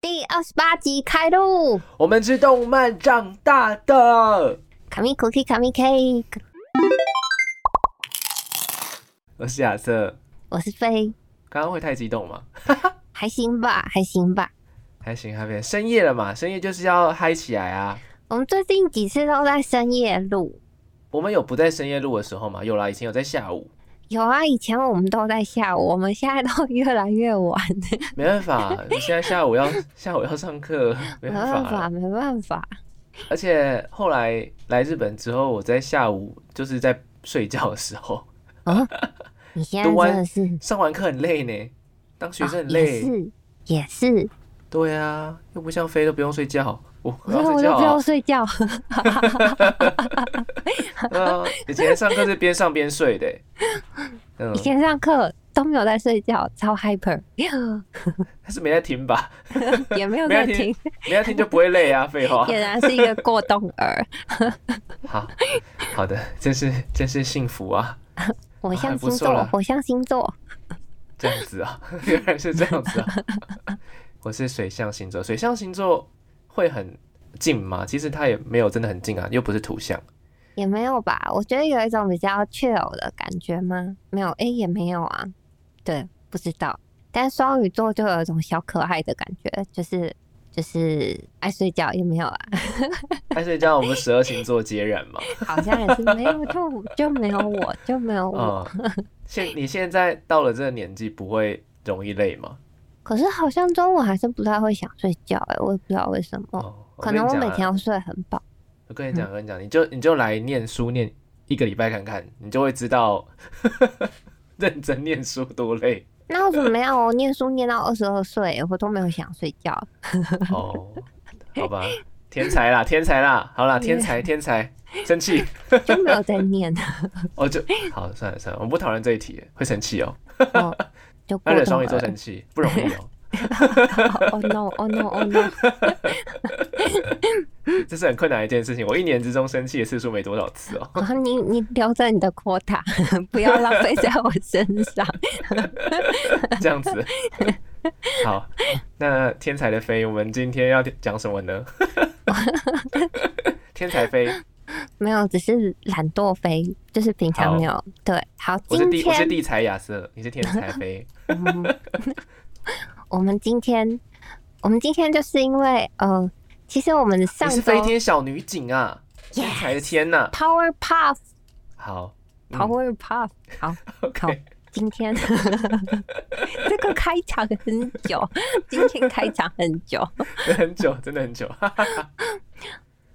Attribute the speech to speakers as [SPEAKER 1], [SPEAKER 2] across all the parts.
[SPEAKER 1] 第二十八集开录。
[SPEAKER 2] 我们是动漫长大的。
[SPEAKER 1] 卡米 cookie 卡米 cake，
[SPEAKER 2] 我是亚瑟，
[SPEAKER 1] 我是飞，
[SPEAKER 2] 刚刚会太激动吗？
[SPEAKER 1] 还行吧，还行吧。
[SPEAKER 2] 还行，还行。深夜了嘛，深夜就是要嗨起来啊！
[SPEAKER 1] 我们最近几次都在深夜录，
[SPEAKER 2] 我们有不在深夜录的时候嘛？有啦，以前有在下午，
[SPEAKER 1] 有啊，以前我们都在下午，我们现在都越来越晚，
[SPEAKER 2] 没办法，你现在下午要 下午要上课，
[SPEAKER 1] 没
[SPEAKER 2] 没办
[SPEAKER 1] 办
[SPEAKER 2] 法
[SPEAKER 1] 法，
[SPEAKER 2] 啦。
[SPEAKER 1] 没办法。
[SPEAKER 2] 而且后来来日本之后，我在下午就是在睡觉的时候，
[SPEAKER 1] 你现在
[SPEAKER 2] 读完
[SPEAKER 1] 真的是
[SPEAKER 2] 上完课很累呢，当学生很
[SPEAKER 1] 哦也
[SPEAKER 2] 累。
[SPEAKER 1] 是也是，
[SPEAKER 2] 对啊，又不像飞都不用睡觉，我我
[SPEAKER 1] 所以
[SPEAKER 2] 要
[SPEAKER 1] 我
[SPEAKER 2] 睡
[SPEAKER 1] 就
[SPEAKER 2] 觉、
[SPEAKER 1] 不
[SPEAKER 2] 啊
[SPEAKER 1] 用。睡觉。
[SPEAKER 2] 对啊，以前上课是边上边睡的欸、 嗯
[SPEAKER 1] 以，前上课都没有在睡觉，超 hyper，
[SPEAKER 2] 他是没在听吧？
[SPEAKER 1] 也没有
[SPEAKER 2] 没
[SPEAKER 1] 在
[SPEAKER 2] 有
[SPEAKER 1] 听
[SPEAKER 2] 听，没在听就不会累 啊，废话。
[SPEAKER 1] 俨然是一个过动 儿。
[SPEAKER 2] 好好的，真是真是幸福啊，
[SPEAKER 1] 我像
[SPEAKER 2] 还
[SPEAKER 1] 星
[SPEAKER 2] 不
[SPEAKER 1] 座
[SPEAKER 2] 错啦，
[SPEAKER 1] 我像星座，
[SPEAKER 2] 这样子 啊，原来是这样子啊。我是水象星座，水象星座会很近吗？其实它也没有真的很近啊，又不是土象。
[SPEAKER 1] 也没有吧？我觉得有一种比较 chill 的感觉吗？没有，诶，也没有啊。对，不知道。但双鱼座就有一种小可爱的感觉，就是就是爱睡觉，也没有啊，
[SPEAKER 2] 但是这样我们十二星座皆然嘛。
[SPEAKER 1] 好像也是没有，就就没有我，就没有我。
[SPEAKER 2] 嗯，现你现在到了这个年纪，不会容易累吗？
[SPEAKER 1] 可是好像中午还是不太会想睡觉、诶，我也不知道为什么，
[SPEAKER 2] 哦，
[SPEAKER 1] 可
[SPEAKER 2] 跟
[SPEAKER 1] 能
[SPEAKER 2] 你
[SPEAKER 1] 我
[SPEAKER 2] 讲
[SPEAKER 1] 每
[SPEAKER 2] 啊
[SPEAKER 1] 天要睡很饱。
[SPEAKER 2] 我跟你讲，我跟你讲，你就你就来念书念一个礼拜看看，你就会知道 认真念书多累
[SPEAKER 1] 那我怎么样？我念书念到二十二岁，我都没有想睡觉。
[SPEAKER 2] 哦。好吧，天才啦，天才啦，好啦，天才天才，生气
[SPEAKER 1] 就没有在念，
[SPEAKER 2] 哦就好，算了算了，我们不讨论这一题了，会生气哦，
[SPEAKER 1] 哦，就过
[SPEAKER 2] 要惹
[SPEAKER 1] 动
[SPEAKER 2] 双鱼座
[SPEAKER 1] 了。
[SPEAKER 2] 生气不容易哦，
[SPEAKER 1] Oh no! Oh no! Oh no!
[SPEAKER 2] 这是很困难的一件事情，我一年之中生气的次数没多少 次哦。
[SPEAKER 1] 啊，你你留着你的 quota，不 要浪费在我身上。
[SPEAKER 2] 这样子。 好，那天才的飞，我们今天要讲什么呢？ 天才飞，
[SPEAKER 1] 没有，只是懒惰肥，就是平常没有。对，好，
[SPEAKER 2] 我是
[SPEAKER 1] 今
[SPEAKER 2] 地我是
[SPEAKER 1] 天
[SPEAKER 2] 地才亚瑟，你是天才 飞。
[SPEAKER 1] 嗯我们今天我们今天就是因为呃，其实我们上
[SPEAKER 2] 你是
[SPEAKER 1] 周
[SPEAKER 2] 飞天小女警啊，天才的天呐、
[SPEAKER 1] Power Puff
[SPEAKER 2] 好，嗯
[SPEAKER 1] Power Puff，、好好
[SPEAKER 2] OK，，
[SPEAKER 1] 今天 这个开场很久，今天开场很久。
[SPEAKER 2] 很久，真的很久。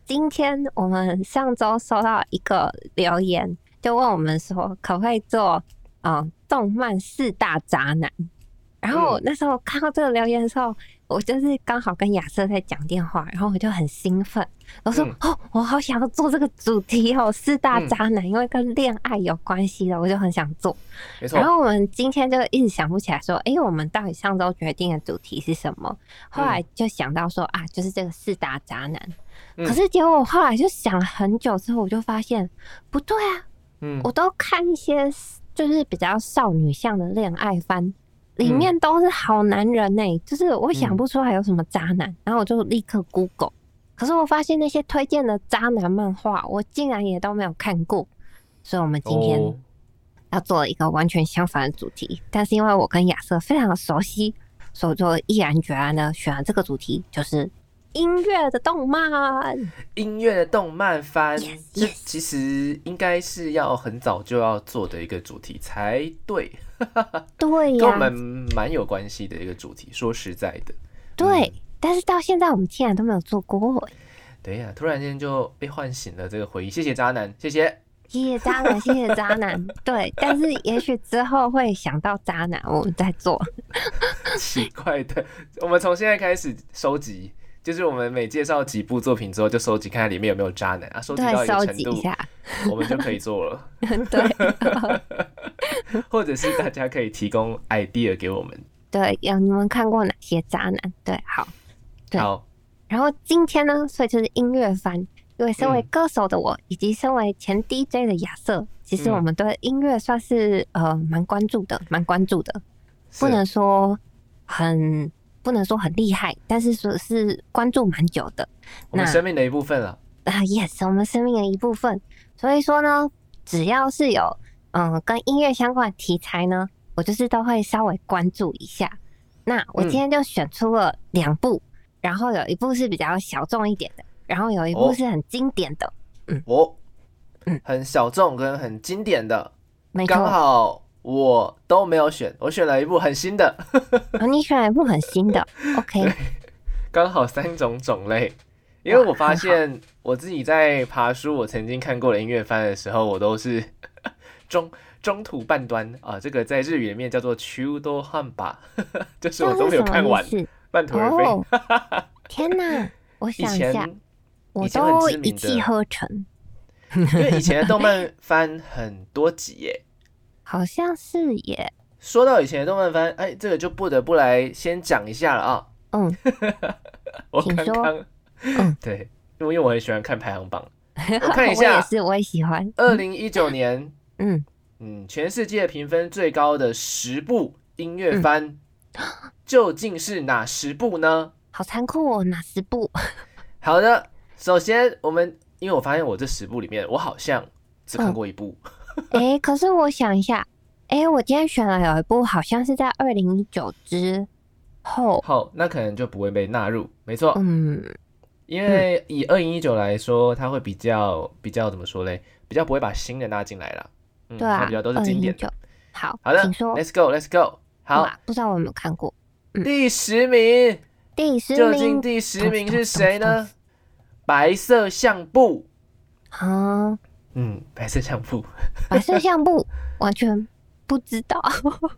[SPEAKER 1] 今天我们上周收到一个留言，就问我们说可不可以做嗯动漫四大渣男。然后我那时候看到这个留言的时候，我就是刚好跟亚瑟在讲电话，然后我就很兴奋，我说、
[SPEAKER 2] 嗯
[SPEAKER 1] 哦，我好想要做这个主题哦，四大渣男，因为跟恋爱有关系的，我就很想做。
[SPEAKER 2] 没错
[SPEAKER 1] 然，后我们今天就一直想不起来说，诶，我们到底上周决定的主题是什么？后来就想到说啊，就是这个四大渣男。
[SPEAKER 2] 嗯
[SPEAKER 1] 可是结果我后来就想了很久之后，我就发现不对啊，
[SPEAKER 2] 嗯
[SPEAKER 1] 我都看一些就是比较少女向的恋爱番，里
[SPEAKER 2] 嗯
[SPEAKER 1] 面都是好男人呢、就是我想不出来有什么渣男，然后我就立刻 Google。可是我发现那些推荐的渣男漫画，我竟然也都没有看过，所以我们今天
[SPEAKER 2] 哦
[SPEAKER 1] 要做一个完全相反的主题，但是因为我跟亚瑟非常熟悉，所以我就毅然决然的选了这个主题，就是音乐的动漫。
[SPEAKER 2] 音乐的动漫番
[SPEAKER 1] Yes,
[SPEAKER 2] 这
[SPEAKER 1] yes
[SPEAKER 2] 其实应该是要很早就要做的一个主题才对，
[SPEAKER 1] 对
[SPEAKER 2] 跟我
[SPEAKER 1] 呀、
[SPEAKER 2] 们蛮有关系的一个主题。说实在的，
[SPEAKER 1] 对
[SPEAKER 2] 嗯。
[SPEAKER 1] 但是到现在我们竟然都没有做 过，
[SPEAKER 2] 对呀、突然间就被唤醒了这个回忆，谢谢渣男，谢谢。
[SPEAKER 1] 谢谢渣男，谢谢渣男。对，但是也许之后会想到渣男，我们再做。
[SPEAKER 2] 奇怪的，我们从现在开始收集，就是我们每介绍几部作品之后，就收集看看里面有没有渣男啊，收集
[SPEAKER 1] 对，
[SPEAKER 2] 到一
[SPEAKER 1] 收
[SPEAKER 2] 个程
[SPEAKER 1] 集一
[SPEAKER 2] 度，
[SPEAKER 1] 下。
[SPEAKER 2] 我们就可以做了，
[SPEAKER 1] 对
[SPEAKER 2] 或者是大家可以提供 idea 给我们。
[SPEAKER 1] 对，有你们看过哪些渣男？对，好。对
[SPEAKER 2] 好，
[SPEAKER 1] 然后今天呢，所以就是音乐番，因为身为
[SPEAKER 2] 嗯
[SPEAKER 1] 歌手的我，以及身为前 DJ 的亚瑟，其实
[SPEAKER 2] 嗯
[SPEAKER 1] 我们对音乐算是呃蛮关注的，蛮关注的，
[SPEAKER 2] 是
[SPEAKER 1] 不能说很不能说很厉害，但是说是关注蛮久的。
[SPEAKER 2] 我们生命的一部分了。
[SPEAKER 1] 啊、y e s 我们生命的一部分。所以说呢，只要是有嗯跟音乐相关的题材呢，我就是都会稍微关注一下。那我
[SPEAKER 2] 嗯
[SPEAKER 1] 今天就选出了两部，然后有一部是比较小众一点的，然后有一部
[SPEAKER 2] 哦
[SPEAKER 1] 是很经典的，
[SPEAKER 2] 哦
[SPEAKER 1] 嗯，
[SPEAKER 2] 很小众跟很经典的，
[SPEAKER 1] 没错。
[SPEAKER 2] 刚好我都没有选，我选了一部很新的，
[SPEAKER 1] 啊你选了一部很新的 ，OK，
[SPEAKER 2] 刚好三种种类。因为我发现我自己在爬书，我曾经看过的音乐番的时候，我都是 中中途半端啊，这个在日语里面叫做 “chudo 汉吧”， 就是我
[SPEAKER 1] 那
[SPEAKER 2] 都
[SPEAKER 1] 是
[SPEAKER 2] 没有
[SPEAKER 1] 什
[SPEAKER 2] 看
[SPEAKER 1] 么
[SPEAKER 2] 完
[SPEAKER 1] 意，思？
[SPEAKER 2] 半途而废。
[SPEAKER 1] 哦，天哪！我
[SPEAKER 2] 以
[SPEAKER 1] 想一下，
[SPEAKER 2] 前
[SPEAKER 1] 我
[SPEAKER 2] 以前很
[SPEAKER 1] 都
[SPEAKER 2] 知
[SPEAKER 1] 一
[SPEAKER 2] 名的
[SPEAKER 1] 气呵成，
[SPEAKER 2] 因为以前的动漫番很多集耶，
[SPEAKER 1] 好像是耶。
[SPEAKER 2] 说到以前的动漫番，哎，这个就不得不来先讲一下了啊。
[SPEAKER 1] 嗯，
[SPEAKER 2] 我
[SPEAKER 1] 请
[SPEAKER 2] 刚
[SPEAKER 1] 说
[SPEAKER 2] 刚，
[SPEAKER 1] 嗯
[SPEAKER 2] 对，因为因为我很喜欢看排 行榜。
[SPEAKER 1] 我
[SPEAKER 2] 看一
[SPEAKER 1] 也
[SPEAKER 2] 下
[SPEAKER 1] 是，我也喜欢。
[SPEAKER 2] 二零一九年，
[SPEAKER 1] 嗯，
[SPEAKER 2] 嗯，全世界评分最高的十部音乐番，
[SPEAKER 1] 嗯
[SPEAKER 2] 究竟是哪十部呢？
[SPEAKER 1] 好残酷哦，哪十部？
[SPEAKER 2] 好的，首先我们，因为我发现我这十部里面，我好像只
[SPEAKER 1] 嗯
[SPEAKER 2] 看过一部，
[SPEAKER 1] 诶，可是我想一下，诶，我今天选了有一部，好像是在二零一九之后，
[SPEAKER 2] 好，那可能就不会被纳入，没错，
[SPEAKER 1] 嗯，
[SPEAKER 2] 因为以二零一九来说，它会比较比较怎么说嘞？比较不会把新的拉进来啦。嗯，
[SPEAKER 1] 对
[SPEAKER 2] 它
[SPEAKER 1] 啊，
[SPEAKER 2] 比较都
[SPEAKER 1] 二
[SPEAKER 2] 是
[SPEAKER 1] 零
[SPEAKER 2] 经
[SPEAKER 1] 一
[SPEAKER 2] 典
[SPEAKER 1] 九
[SPEAKER 2] 的。。
[SPEAKER 1] 好，
[SPEAKER 2] 好的
[SPEAKER 1] 请说。嗯
[SPEAKER 2] ，Let's go，Let's go。好，
[SPEAKER 1] 哇，不知道我有没有看过
[SPEAKER 2] 第十名，
[SPEAKER 1] 第十
[SPEAKER 2] 究竟
[SPEAKER 1] 名
[SPEAKER 2] 第十名是谁呢？白色相簿。
[SPEAKER 1] 啊？
[SPEAKER 2] 嗯，白色相簿，
[SPEAKER 1] 白色相簿 完全不知道。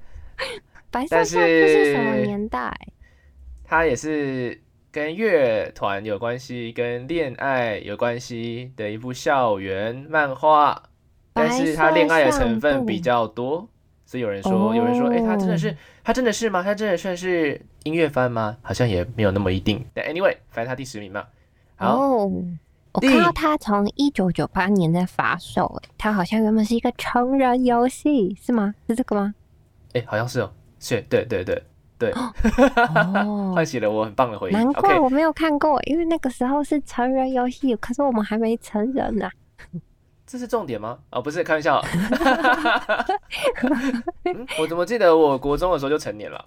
[SPEAKER 1] 白色
[SPEAKER 2] 但
[SPEAKER 1] 相簿是什么
[SPEAKER 2] 是
[SPEAKER 1] 年代？
[SPEAKER 2] 它也是跟乐团有关系、跟恋爱有关系的一部校园漫画，但是它恋爱的成分比较多，所以有人说，
[SPEAKER 1] 哦
[SPEAKER 2] 有人说，哎、它真的是，它真的是吗？它真的算是音乐番吗？好像也没有那么一定。但 anyway，反正它第十名嘛。好，
[SPEAKER 1] 哦，我
[SPEAKER 2] 第
[SPEAKER 1] 看到它从一九九八年在发售，哎，它好像原本是一个成人游戏，是吗？是这个吗？
[SPEAKER 2] 哎、好像是哦，是，对对对对，
[SPEAKER 1] 哦
[SPEAKER 2] 唤，起了我很棒的回忆。
[SPEAKER 1] 难怪
[SPEAKER 2] OK，
[SPEAKER 1] 我没有看过，因为那个时候是成人游戏，可是我们还没成人啊呢、
[SPEAKER 2] 这是重点吗？哦，不是，开 玩笑。嗯，我怎么记得我国中的时候就成 年了？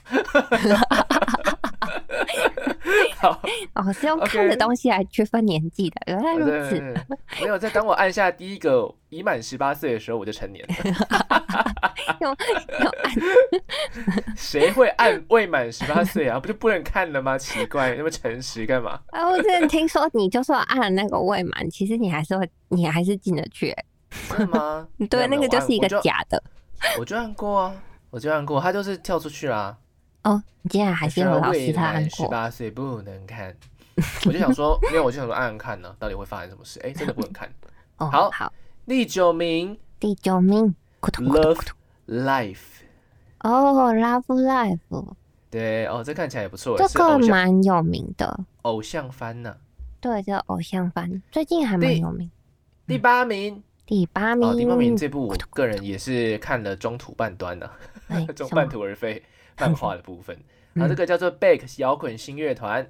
[SPEAKER 2] 好，
[SPEAKER 1] 哦，是用看的
[SPEAKER 2] OK
[SPEAKER 1] 东西来区分年纪的，原来
[SPEAKER 2] 对
[SPEAKER 1] 如
[SPEAKER 2] 对
[SPEAKER 1] 此。
[SPEAKER 2] 对，没有在当我按下第一个已满十八岁的时候，我就成 年了。
[SPEAKER 1] 用用按
[SPEAKER 2] 谁会按未满十八岁啊？不就不能看了吗？奇怪， 那么诚实干嘛？
[SPEAKER 1] 啊，我之前听说你就算按了那个未满，其实你还是会，你还是进得去、欸。？
[SPEAKER 2] 真的吗
[SPEAKER 1] 对，那
[SPEAKER 2] 没有
[SPEAKER 1] 个就
[SPEAKER 2] 没有
[SPEAKER 1] 是一个
[SPEAKER 2] 我按
[SPEAKER 1] 假的。
[SPEAKER 2] 我就我就按过啊，我就按过，他就是跳出去啦、
[SPEAKER 1] 哦，你竟然还是有老师他按
[SPEAKER 2] 十
[SPEAKER 1] 过，
[SPEAKER 2] 八岁不能看。我就想说，没有，我就想说按按看呢、到底会发生什么事？哎、真的不能看。
[SPEAKER 1] 哦，
[SPEAKER 2] 好
[SPEAKER 1] 好，
[SPEAKER 2] 第九名
[SPEAKER 1] 第九名，咕咚咕咚咕
[SPEAKER 2] ，Love
[SPEAKER 1] 咚
[SPEAKER 2] Life。
[SPEAKER 1] 哦，Love Live，
[SPEAKER 2] 对哦，这看起来也不错，
[SPEAKER 1] 这
[SPEAKER 2] 是
[SPEAKER 1] 个
[SPEAKER 2] 偶像
[SPEAKER 1] 蛮有名的，
[SPEAKER 2] 偶像番呢、
[SPEAKER 1] 对，这个偶像番最近还蛮
[SPEAKER 2] 第
[SPEAKER 1] 有名。
[SPEAKER 2] 第八名
[SPEAKER 1] 第八名，
[SPEAKER 2] 哦，第八名这部我个人也是看了中途半端呢、
[SPEAKER 1] 哎
[SPEAKER 2] 中
[SPEAKER 1] 什
[SPEAKER 2] 半
[SPEAKER 1] 么
[SPEAKER 2] 途而废漫画的部分。
[SPEAKER 1] 嗯
[SPEAKER 2] 啊，这个叫做 Bake 摇滚新乐团，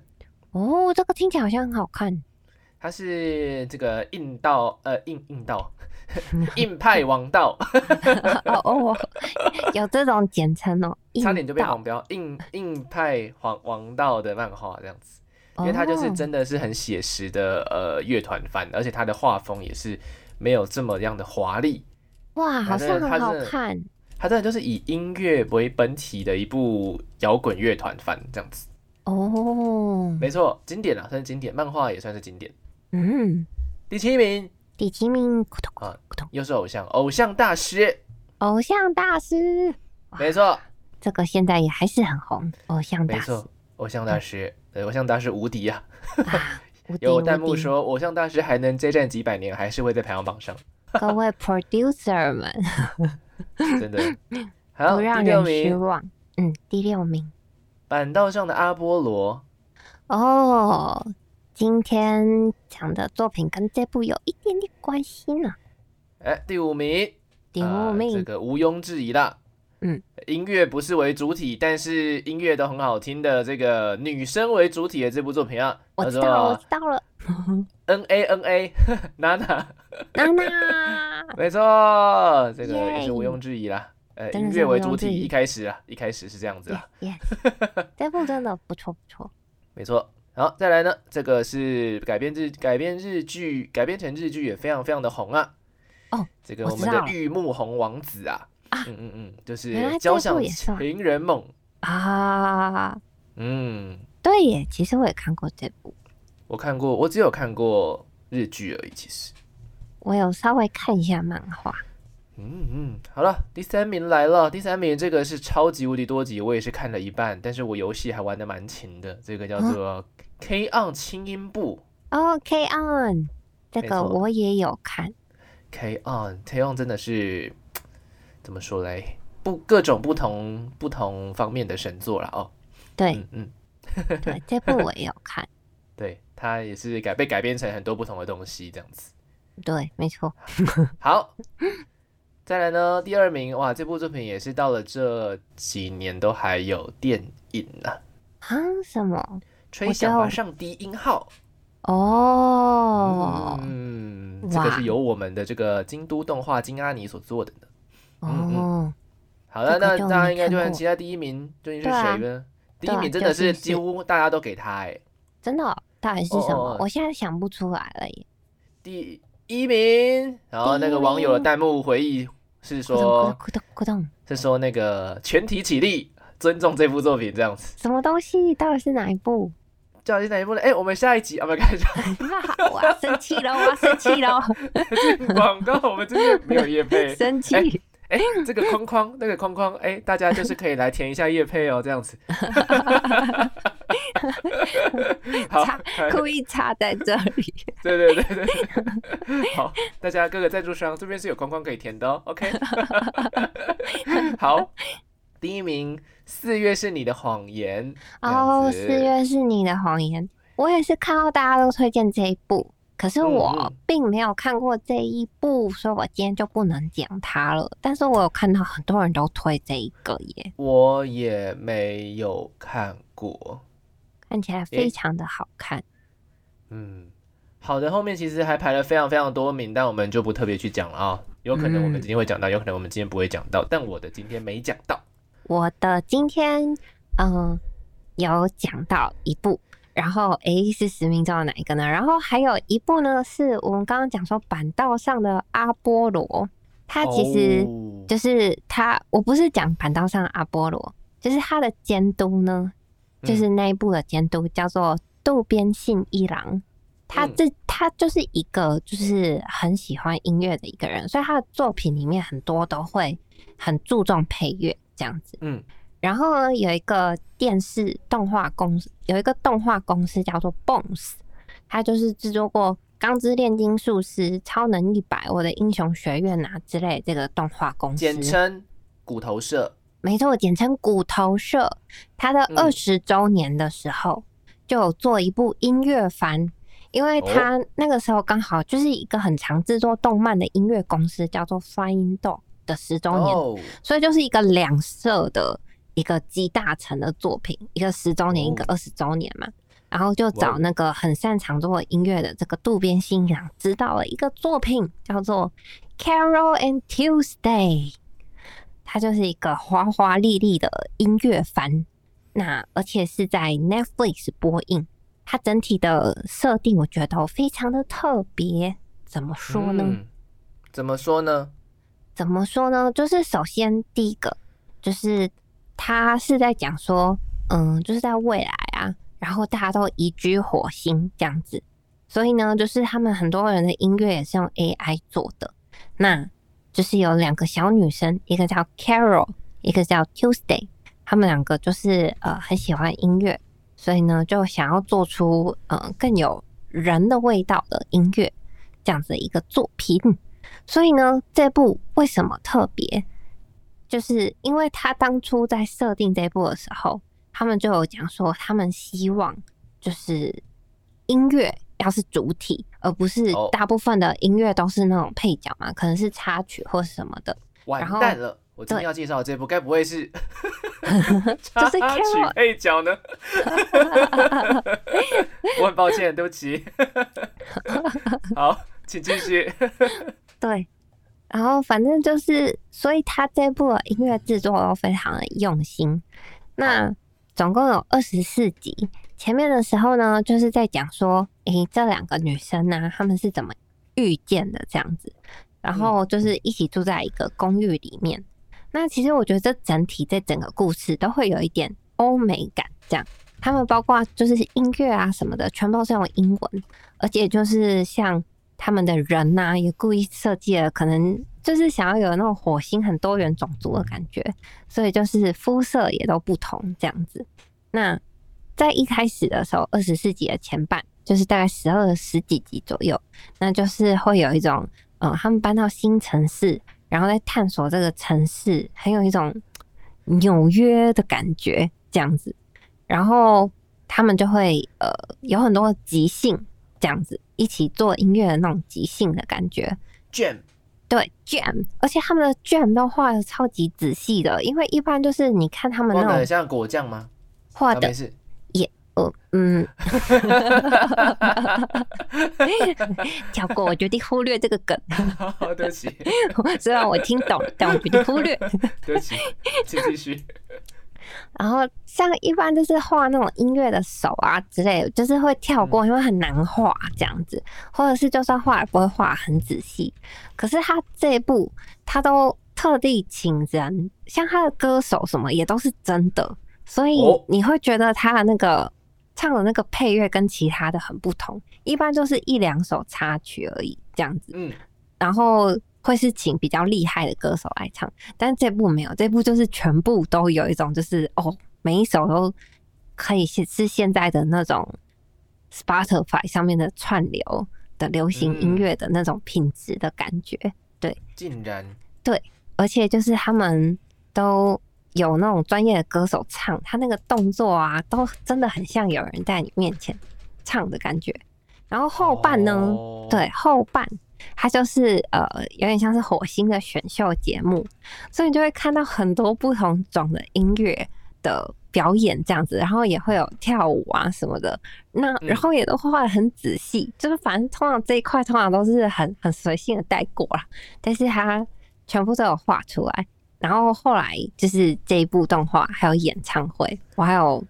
[SPEAKER 1] 哦，这个听起来好像很好看，
[SPEAKER 2] 它是这个硬道呃硬硬道 硬派王道，
[SPEAKER 1] 哦哦，有这种简称哦，
[SPEAKER 2] 差点就被
[SPEAKER 1] 硬道，
[SPEAKER 2] 黄标，硬硬派黄王道的漫画这样子，因为它就是
[SPEAKER 1] 哦
[SPEAKER 2] 真的是很写实的呃乐团番，而且它的画风也是没有这么样的华丽，
[SPEAKER 1] 哇，好
[SPEAKER 2] 反
[SPEAKER 1] 像
[SPEAKER 2] 正它
[SPEAKER 1] 很好
[SPEAKER 2] 是
[SPEAKER 1] 看，
[SPEAKER 2] 它真的就是以音乐为本体的一部摇滚乐团番这样子，
[SPEAKER 1] 哦，
[SPEAKER 2] 没错，经典啊，算是经典，漫画也算是经典。
[SPEAKER 1] 嗯，
[SPEAKER 2] 第七名
[SPEAKER 1] 第七名，咕咚咕咚
[SPEAKER 2] 啊
[SPEAKER 1] 咕咚，
[SPEAKER 2] 又是偶像，偶像大师，
[SPEAKER 1] 偶像大师，
[SPEAKER 2] 没错，
[SPEAKER 1] 这个现在也还是很红，偶像大嗯
[SPEAKER 2] 没
[SPEAKER 1] 师
[SPEAKER 2] 错，偶像大师，对，偶像大师无敌啊！
[SPEAKER 1] 啊，无敌
[SPEAKER 2] 有
[SPEAKER 1] 无
[SPEAKER 2] 弹幕
[SPEAKER 1] 敌
[SPEAKER 2] 说，偶像大师还能再战几百年，还是会在排行榜上，
[SPEAKER 1] 各位 producer 们，
[SPEAKER 2] 真的。 好，
[SPEAKER 1] 不
[SPEAKER 2] 第
[SPEAKER 1] 让
[SPEAKER 2] 六
[SPEAKER 1] 人失
[SPEAKER 2] 名，
[SPEAKER 1] 望。嗯，第六名
[SPEAKER 2] 板道上的阿波罗，
[SPEAKER 1] 哦，今天讲的作品跟这部有一点点关系呢。
[SPEAKER 2] 哎，第五名，
[SPEAKER 1] 第五
[SPEAKER 2] 啊这
[SPEAKER 1] 名，
[SPEAKER 2] 个毋庸置疑啦。
[SPEAKER 1] 嗯，
[SPEAKER 2] 音乐不是为主体，但是音乐都很好听的这个女生为主体的这部作品啊，
[SPEAKER 1] 我
[SPEAKER 2] 叫
[SPEAKER 1] 知道了，我
[SPEAKER 2] 做
[SPEAKER 1] 知道 了，
[SPEAKER 2] N A N A Nana，
[SPEAKER 1] 啊娜娜，
[SPEAKER 2] 没错，这个
[SPEAKER 1] 耶
[SPEAKER 2] 也是毋庸置疑啦。呃，
[SPEAKER 1] 真的
[SPEAKER 2] 音
[SPEAKER 1] 是
[SPEAKER 2] 乐为
[SPEAKER 1] 毋庸
[SPEAKER 2] 主
[SPEAKER 1] 置
[SPEAKER 2] 体，
[SPEAKER 1] 疑
[SPEAKER 2] 一开始啊，一开始是这样子啦。
[SPEAKER 1] yes，这
[SPEAKER 2] 啊
[SPEAKER 1] 部真的不错不 错，
[SPEAKER 2] 没错。好，再来呢，这个是改编日改编日剧，改编成日剧也非常非常的红啊。
[SPEAKER 1] 哦，
[SPEAKER 2] 这个
[SPEAKER 1] 我
[SPEAKER 2] 我
[SPEAKER 1] 知
[SPEAKER 2] 们
[SPEAKER 1] 道
[SPEAKER 2] 的
[SPEAKER 1] 了
[SPEAKER 2] 玉木宏王子啊，
[SPEAKER 1] 啊
[SPEAKER 2] 嗯嗯嗯，就是
[SPEAKER 1] 原来这
[SPEAKER 2] 交
[SPEAKER 1] 部
[SPEAKER 2] 响
[SPEAKER 1] 也算
[SPEAKER 2] 情人梦，
[SPEAKER 1] 啊，
[SPEAKER 2] 嗯，
[SPEAKER 1] 对耶，其实我也看过这部，
[SPEAKER 2] 我看过，我只有看过日剧而已，其实。
[SPEAKER 1] 我有稍微看一下漫画，
[SPEAKER 2] 嗯嗯，好了，第三名来了。第三名这个是超级无敌多集，我也是看了一半，但是我游戏还玩的蛮勤的。这个叫
[SPEAKER 1] 啊
[SPEAKER 2] 做 K on 轻音部
[SPEAKER 1] 哦，K on，这
[SPEAKER 2] 没
[SPEAKER 1] 个
[SPEAKER 2] 错
[SPEAKER 1] 我也有看，
[SPEAKER 2] ，K on K on 真的是怎么说嘞？不各种不同不同方面的神作了哦。
[SPEAKER 1] 对
[SPEAKER 2] 嗯嗯，
[SPEAKER 1] 对，这部我也有看，
[SPEAKER 2] 对，它也是改被改编成很多不同的东西这样子。
[SPEAKER 1] 对，没错，
[SPEAKER 2] 好，再来呢，第二名哇，这部作品也是到了这几年都还有电影啊。
[SPEAKER 1] 啊，什么？
[SPEAKER 2] 吹
[SPEAKER 1] 我
[SPEAKER 2] 响
[SPEAKER 1] 知道
[SPEAKER 2] 吧上低音号。
[SPEAKER 1] 哦，
[SPEAKER 2] 嗯，这个
[SPEAKER 1] 哇
[SPEAKER 2] 是由我们的这个京都动画金阿尼所做的呢。嗯嗯
[SPEAKER 1] 哦，
[SPEAKER 2] 好了，
[SPEAKER 1] 这
[SPEAKER 2] 那
[SPEAKER 1] 个就
[SPEAKER 2] 大家
[SPEAKER 1] 没
[SPEAKER 2] 应该就
[SPEAKER 1] 看
[SPEAKER 2] 很
[SPEAKER 1] 过
[SPEAKER 2] 期待第一名究竟是
[SPEAKER 1] 对啊
[SPEAKER 2] 谁呢？第
[SPEAKER 1] 对
[SPEAKER 2] 一
[SPEAKER 1] 啊
[SPEAKER 2] 名真
[SPEAKER 1] 究
[SPEAKER 2] 的是
[SPEAKER 1] 竟
[SPEAKER 2] 几
[SPEAKER 1] 是
[SPEAKER 2] 乎大家都给他哎、
[SPEAKER 1] 真的哦、到底是什
[SPEAKER 2] 哦哦
[SPEAKER 1] 么
[SPEAKER 2] 哦？
[SPEAKER 1] 我现在想不出来了耶。
[SPEAKER 2] 第一名。然后那
[SPEAKER 1] 第
[SPEAKER 2] 个
[SPEAKER 1] 一
[SPEAKER 2] 网友的
[SPEAKER 1] 名
[SPEAKER 2] 弹幕回忆是
[SPEAKER 1] 咕咚
[SPEAKER 2] 说，
[SPEAKER 1] 咕咚咕咚咕咚，
[SPEAKER 2] 是说那个全体起立，尊重这部作品这样子。
[SPEAKER 1] 什么东西？到底是哪一部？
[SPEAKER 2] 叫是哪一部呢？哎、我们下一集啊，不 看一下
[SPEAKER 1] 我要啊生气了！我要生气了！
[SPEAKER 2] 广告，我们这边没有业 配。
[SPEAKER 1] 生气！
[SPEAKER 2] 哎、这个框框，那个框框，哎、大家就是可以来填一下叶配哦，这 样子。 好，
[SPEAKER 1] 插
[SPEAKER 2] 哎
[SPEAKER 1] 故意插在这里。
[SPEAKER 2] 对对对对对，好，大家各个赞助商这边是有框框可以填的哦，OK。好，第一名，四月是你的谎言。这样
[SPEAKER 1] 哦，
[SPEAKER 2] 子
[SPEAKER 1] 四月是你的谎言。我也是看到大家都推荐这一部，可是
[SPEAKER 2] 嗯
[SPEAKER 1] 我
[SPEAKER 2] 嗯
[SPEAKER 1] 并没有看过这一部，所以我今天就不能讲它了。但是我有看到很多人都推这一个耶，
[SPEAKER 2] 我也没有看过。
[SPEAKER 1] 看起来
[SPEAKER 2] 诶
[SPEAKER 1] 非常的好看。
[SPEAKER 2] 嗯，好的，后面其实还排了非常非常多名，但我们就不特别去讲了啊、有可能我
[SPEAKER 1] 嗯
[SPEAKER 2] 们今天会讲到，有可能我们今天不会讲到，但我的今天没讲到。
[SPEAKER 1] 我的今天嗯、呃有讲到一部，然后诶是实名中的哪一个呢？然后还有一部呢是我们刚刚讲说板道上的阿波罗，它其实
[SPEAKER 2] 哦
[SPEAKER 1] 就是它，我不是讲板道上的阿波罗，就是它的监督呢，
[SPEAKER 2] 嗯
[SPEAKER 1] 就是那一部的监督叫做渡边信一郎。他
[SPEAKER 2] 嗯
[SPEAKER 1] 这他就是一个就是很喜欢音乐的一个人，所以他的作品里面很多都会很注重配乐这样子。
[SPEAKER 2] 嗯
[SPEAKER 1] 然后呢，有一个电视动画公司，有一个动画公司叫做 Bones，它就是制作过《钢之炼金术师》《超能一百》《我的英雄学院》啊之类的这个动画公司。
[SPEAKER 2] 简称骨头社。
[SPEAKER 1] 没错，简称骨头社，它的
[SPEAKER 2] 嗯
[SPEAKER 1] 二十周年的时候、就有做一部音乐番，因为它
[SPEAKER 2] 哦
[SPEAKER 1] 那个时候刚好就是一个很常制作动漫的音乐公司叫做 Flying Dog 的十周年，
[SPEAKER 2] 哦，
[SPEAKER 1] 所以就是一个两色的一个集大成的作品，一个十周年，
[SPEAKER 2] 哦
[SPEAKER 1] 一个二十周年嘛。然后就
[SPEAKER 2] 哇哦
[SPEAKER 1] 找那个很擅长做音乐的这个渡边信一郎，指导了一个作品叫做《Carol and Tuesday》，它就是一个华华丽丽的音乐番。那而且是在 Netflix 播映，它整体的设定我觉得非常的特别。怎么说呢？
[SPEAKER 2] 嗯怎么说呢？
[SPEAKER 1] 怎么说呢？就是首先第一个，就是他是在讲说，嗯，就是在未来啊，然后大家都移居火星这样子，所以呢，就是他们很多人的音乐也是用 AI 做的。那就是有两个小女生，一个叫 Carol，一个叫 Tuesday，她们两个就是呃很喜欢音乐，所以呢就想要做出嗯、呃更有人的味道的音乐这样子的一个作品。所以呢，这部为什么特别？就是因为他当初在设定这部的时候，他们就有讲说，他们希望就是音乐要是主体，而不是
[SPEAKER 2] 哦
[SPEAKER 1] 大部分的音乐都是那种配角嘛，可能是插曲或什么的。
[SPEAKER 2] 完
[SPEAKER 1] 然后
[SPEAKER 2] 蛋了，我今天要介绍的这部，该不会 是
[SPEAKER 1] 就
[SPEAKER 2] 插
[SPEAKER 1] 是
[SPEAKER 2] 曲
[SPEAKER 1] Carol
[SPEAKER 2] 配角呢？ 我很抱歉，对不起。 好，请继续。
[SPEAKER 1] 对，然后反正就是，所以他这部的音乐制作都非常的用心。那总共有二十四集，前面的时候呢，就是在讲说，诶、这两个女生呢、她们是怎么遇见的这样子，然后就是一起住在一个公寓里面。那其实我觉得这整体这整个故事都会有一点欧美感，这样。他们包括就是音乐啊什么的，全部都是用英文，而且就是像他们的人呐、也故意设计了，可能就是想要有那种火星很多元种族的感觉，所以就是肤色也都不同这样子。那在一开始的时候，二十世纪的前半，就是大概十二十几集左右，那就是会有一种，呃，他们搬到新城市，然后在探索这个城市，很有一种纽约的感觉这样子。然后他们就会呃有很多即兴这样子一起做音乐的那种即兴的感觉，
[SPEAKER 2] 卷
[SPEAKER 1] 对 jam，而且他们的 jam 都画的超级仔细的，因为一般就是你看他们
[SPEAKER 2] 画
[SPEAKER 1] 那
[SPEAKER 2] 的
[SPEAKER 1] 种
[SPEAKER 2] 像果酱吗？
[SPEAKER 1] 画
[SPEAKER 2] 啊，
[SPEAKER 1] 的
[SPEAKER 2] 没，事。
[SPEAKER 1] 呃嗯，呃嗯 跳过，我决定忽略这个梗，
[SPEAKER 2] 对不起，
[SPEAKER 1] 虽然我听懂，但我决定忽略。
[SPEAKER 2] 对不起，请继续。
[SPEAKER 1] 然后像一般就是画那种音乐的手啊之类的，就是会跳过，因为很难画这样子，或者是就算画也不会画很仔细。可是他这一部他都特地请人，像他的歌手什么也都是真的，所以
[SPEAKER 2] 哦
[SPEAKER 1] 你会觉得他的那个唱的那个配乐跟其他的很不同，一般就是一两首插曲而已这样子。
[SPEAKER 2] 嗯，
[SPEAKER 1] 然后会是请比较厉害的歌手来唱，但这部没有，这部就是全部都有一种就是哦，每一首都可以是是现在的那种 Spotify 上面的串流的流行音乐的那种品质的感觉，
[SPEAKER 2] 竟然
[SPEAKER 1] 而且就是他们都。有那种专业的歌手唱，他那个动作啊，都真的很像有人在你面前唱的感觉。然后后半呢，
[SPEAKER 2] 哦
[SPEAKER 1] 对，后半它就是呃，有点像是火星的选秀节目，所以你就会看到很多不同种的音乐的表演这样子，然后也会有跳舞啊什么的，那
[SPEAKER 2] 嗯
[SPEAKER 1] 然后也都画的很仔细，就是反正通常这一块通常都是很很随性的带过啦，但是它全部都有画出来。然后后来就是这一部动画，还有演唱会，我还有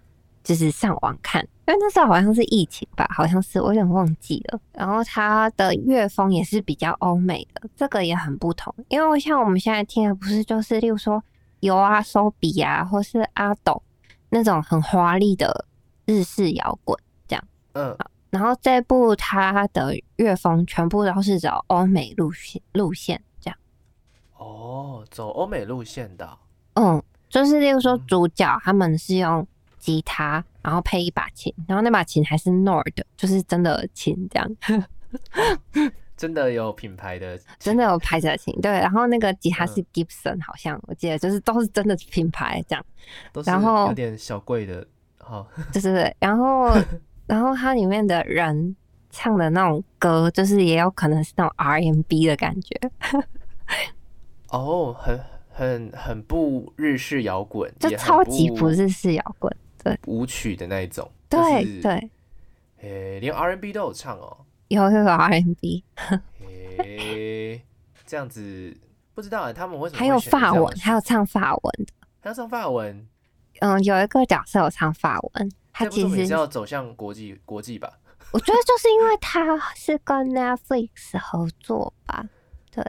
[SPEAKER 1] 就是上网看，因为那时候好像是疫情吧，好像是我有点忘记了。然后它的乐风也是比较欧美的，这个也很不同。因为像我们现在听的不是就是，例如说尤啊、手比啊，或是阿斗那种很华丽的日式摇滚。
[SPEAKER 2] 嗯，
[SPEAKER 1] 然后这部它的乐风全部都是走欧美路线路线这样。
[SPEAKER 2] 哦，走欧美路线的哦，
[SPEAKER 1] 嗯，就是例如说
[SPEAKER 2] 嗯
[SPEAKER 1] 主角他们是用吉他，然后配一把琴，然后那把琴还是 Nord，就是真的琴这样，
[SPEAKER 2] 真的有品牌的，
[SPEAKER 1] 真的有牌子的琴。对，然后那个吉他是
[SPEAKER 2] 嗯
[SPEAKER 1] Gibson，好像我记得就是都是真的品牌这样。
[SPEAKER 2] 都是
[SPEAKER 1] 然后
[SPEAKER 2] 有点小贵的。好，
[SPEAKER 1] 对对对，然后 然后它里面的人唱的那种歌，就是也有可能是那种 R&B 的感觉，
[SPEAKER 2] 哦，很很很不日式摇滚，
[SPEAKER 1] 就
[SPEAKER 2] 也很
[SPEAKER 1] 超级不
[SPEAKER 2] 不
[SPEAKER 1] 日式摇滚。
[SPEAKER 2] 舞曲的那一种。
[SPEAKER 1] 对，
[SPEAKER 2] 就是
[SPEAKER 1] 对，
[SPEAKER 2] 诶，连 R&B 都有唱哦。
[SPEAKER 1] 有有有 R&B，
[SPEAKER 2] 诶，这样子不知道啊他们为什么
[SPEAKER 1] 还有
[SPEAKER 2] 会选择这
[SPEAKER 1] 法
[SPEAKER 2] 样的
[SPEAKER 1] 文，
[SPEAKER 2] 曲
[SPEAKER 1] 还有唱法文的。
[SPEAKER 2] 还要唱法文，
[SPEAKER 1] 嗯，有一个角色有唱法文，他
[SPEAKER 2] 这部
[SPEAKER 1] 其
[SPEAKER 2] 作品
[SPEAKER 1] 实
[SPEAKER 2] 是要走向国际国际吧？
[SPEAKER 1] 我觉得就是因为他是跟 Netflix 合作吧，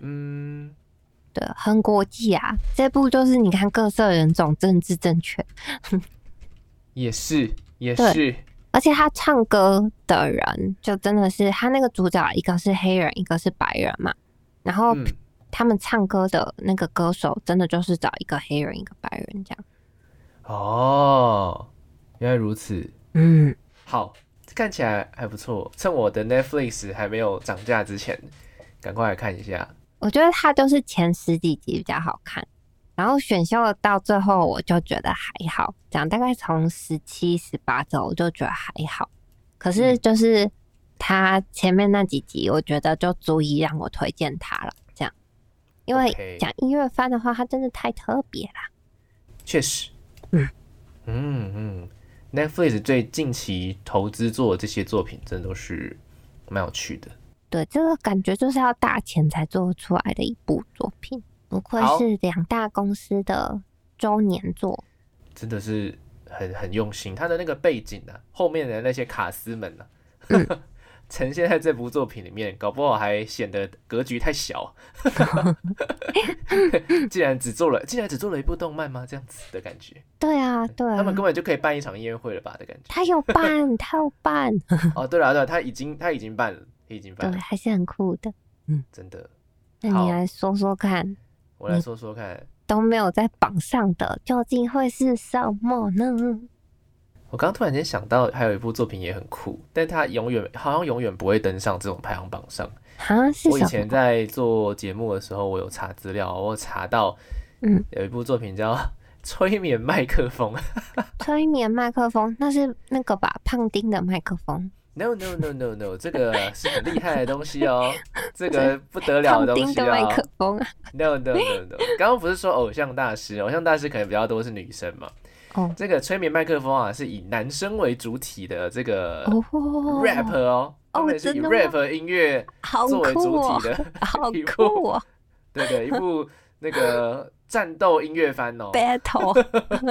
[SPEAKER 2] 嗯，
[SPEAKER 1] 对，很国际啊。这部就是你看各色人种、政治正确，
[SPEAKER 2] 也是也
[SPEAKER 1] 对
[SPEAKER 2] 是，
[SPEAKER 1] 而且他唱歌的人就真的是他那个主角，一个是黑人，一个是白人嘛，然后
[SPEAKER 2] 嗯，
[SPEAKER 1] 他们唱歌的那个歌手真的就是找一个黑人，一个白人这样。
[SPEAKER 2] 哦，原来如此，
[SPEAKER 1] 嗯，
[SPEAKER 2] 好，看起来还不错。趁我的 Netflix 还没有涨价之前，赶快来看一下。
[SPEAKER 1] 我觉得他就是前十几集比较好看，然后选秀到最后我就觉得还好，这样大概从十七、十八周我就觉得还好，可是
[SPEAKER 2] 嗯
[SPEAKER 1] 就是他前面那几集，我觉得就足以让我推荐他了。这样，因为
[SPEAKER 2] OK
[SPEAKER 1] 讲音乐番的话，它真的太特别啦。
[SPEAKER 2] 确实，
[SPEAKER 1] 嗯
[SPEAKER 2] 嗯嗯，Netflix 最近期投资做的这些作品，真的都是蛮有趣的。
[SPEAKER 1] 对，这个感觉就是要大钱才做出来的一部作品，不愧
[SPEAKER 2] 好
[SPEAKER 1] 是两大公司的周年作。
[SPEAKER 2] 真的是很很用心。他的那个背景啊，后面的那些卡司们啊，
[SPEAKER 1] 嗯
[SPEAKER 2] 呈现在这部作品里面，搞不好还显得格局 太小。竟然只做了，竟然只做了一部动漫吗？这样子的感觉，
[SPEAKER 1] 对啊，对
[SPEAKER 2] 他们
[SPEAKER 1] 啊
[SPEAKER 2] 根，本就可以办一场音乐会了吧的感觉。
[SPEAKER 1] 他有办，他有办，
[SPEAKER 2] 哦，对了对了，他已经他已经办了，他已经
[SPEAKER 1] 对，啊
[SPEAKER 2] 办了，
[SPEAKER 1] 还是很酷的。
[SPEAKER 2] 真的。
[SPEAKER 1] 那
[SPEAKER 2] 好
[SPEAKER 1] 你来说说看，
[SPEAKER 2] 我来
[SPEAKER 1] 你
[SPEAKER 2] 说说看，
[SPEAKER 1] 都没有在榜上的，究竟会是什么呢？
[SPEAKER 2] 我刚突然间想到，还有一部作品也很酷，但它永远好像永远不会登上这种排行榜上。
[SPEAKER 1] 啊，是
[SPEAKER 2] 我以
[SPEAKER 1] 什
[SPEAKER 2] 前
[SPEAKER 1] 么？
[SPEAKER 2] 在做节目的时候，我有查资料，我有查到，
[SPEAKER 1] 嗯，
[SPEAKER 2] 有一部作品叫《催眠麦克风》
[SPEAKER 1] 催眠麦克风，那是那个吧？胖丁的麦克风，
[SPEAKER 2] ，no no no no no，这个是很厉害的东西哦，这个不得了
[SPEAKER 1] 胖
[SPEAKER 2] 东
[SPEAKER 1] 丁
[SPEAKER 2] 西
[SPEAKER 1] 的麦
[SPEAKER 2] 哦
[SPEAKER 1] 克风啊！
[SPEAKER 2] ，no no no no，刚刚不是说偶像大师，偶像大师可能比较多是女生嘛，
[SPEAKER 1] 哦
[SPEAKER 2] 这个催眠麦克风啊是以男生为主体的这个
[SPEAKER 1] 哦
[SPEAKER 2] 呃 rap 哦，他们是以
[SPEAKER 1] 真的吗
[SPEAKER 2] rap 音乐
[SPEAKER 1] 好
[SPEAKER 2] 作为
[SPEAKER 1] 酷
[SPEAKER 2] 主
[SPEAKER 1] 哦
[SPEAKER 2] 体，的，
[SPEAKER 1] 好
[SPEAKER 2] 一部
[SPEAKER 1] 酷 哦
[SPEAKER 2] 对对，一部那个战斗音乐番哦。
[SPEAKER 1] ，battle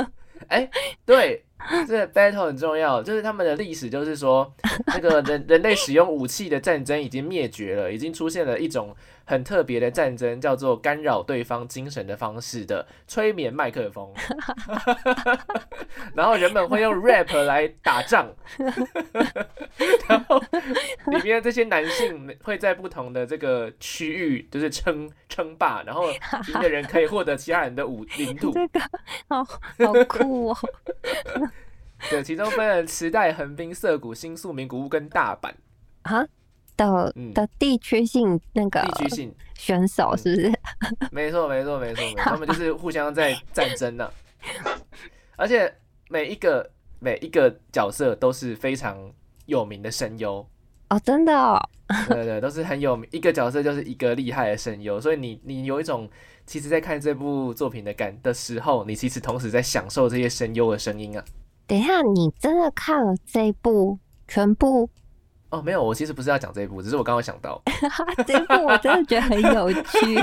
[SPEAKER 2] 哎对，这个 battle 很重要，就是他们的历史，就是说，那个人人类使用武器的战争已经灭绝了，已经出现了一种很特别的战争，叫做干扰对方精神的方式的催眠麦克风。 然后人们会用 rap 来打仗， 然后里面这些男性会在不同的这个区域就是称称霸，然后赢的人可以获得其他人的武领土。
[SPEAKER 1] 这个好好酷
[SPEAKER 2] 嗯
[SPEAKER 1] 哦，
[SPEAKER 2] 对，其中分了池袋、横滨、涩谷、新宿、名古屋跟大阪
[SPEAKER 1] 啊 的
[SPEAKER 2] 嗯
[SPEAKER 1] 的地区性那个
[SPEAKER 2] 地区性。嗯
[SPEAKER 1] 选手是不是？
[SPEAKER 2] 没错，没错，没错，没错，他们就是互相在战争呢、而且每一个每一个角色都是非常有名的声优，
[SPEAKER 1] 哦，真的哦，
[SPEAKER 2] 对对对，都是很有名。一个角色就是一个厉害的声优，所以你你有一种其实在看这部作品的感的时候，你其实同时在享受这些声优的声音啊。
[SPEAKER 1] 等一下，你真的看了这一部全部？
[SPEAKER 2] 哦，没有，我其实不是要讲这一部，只是我刚刚想到，
[SPEAKER 1] 这一部我真的觉得很有趣，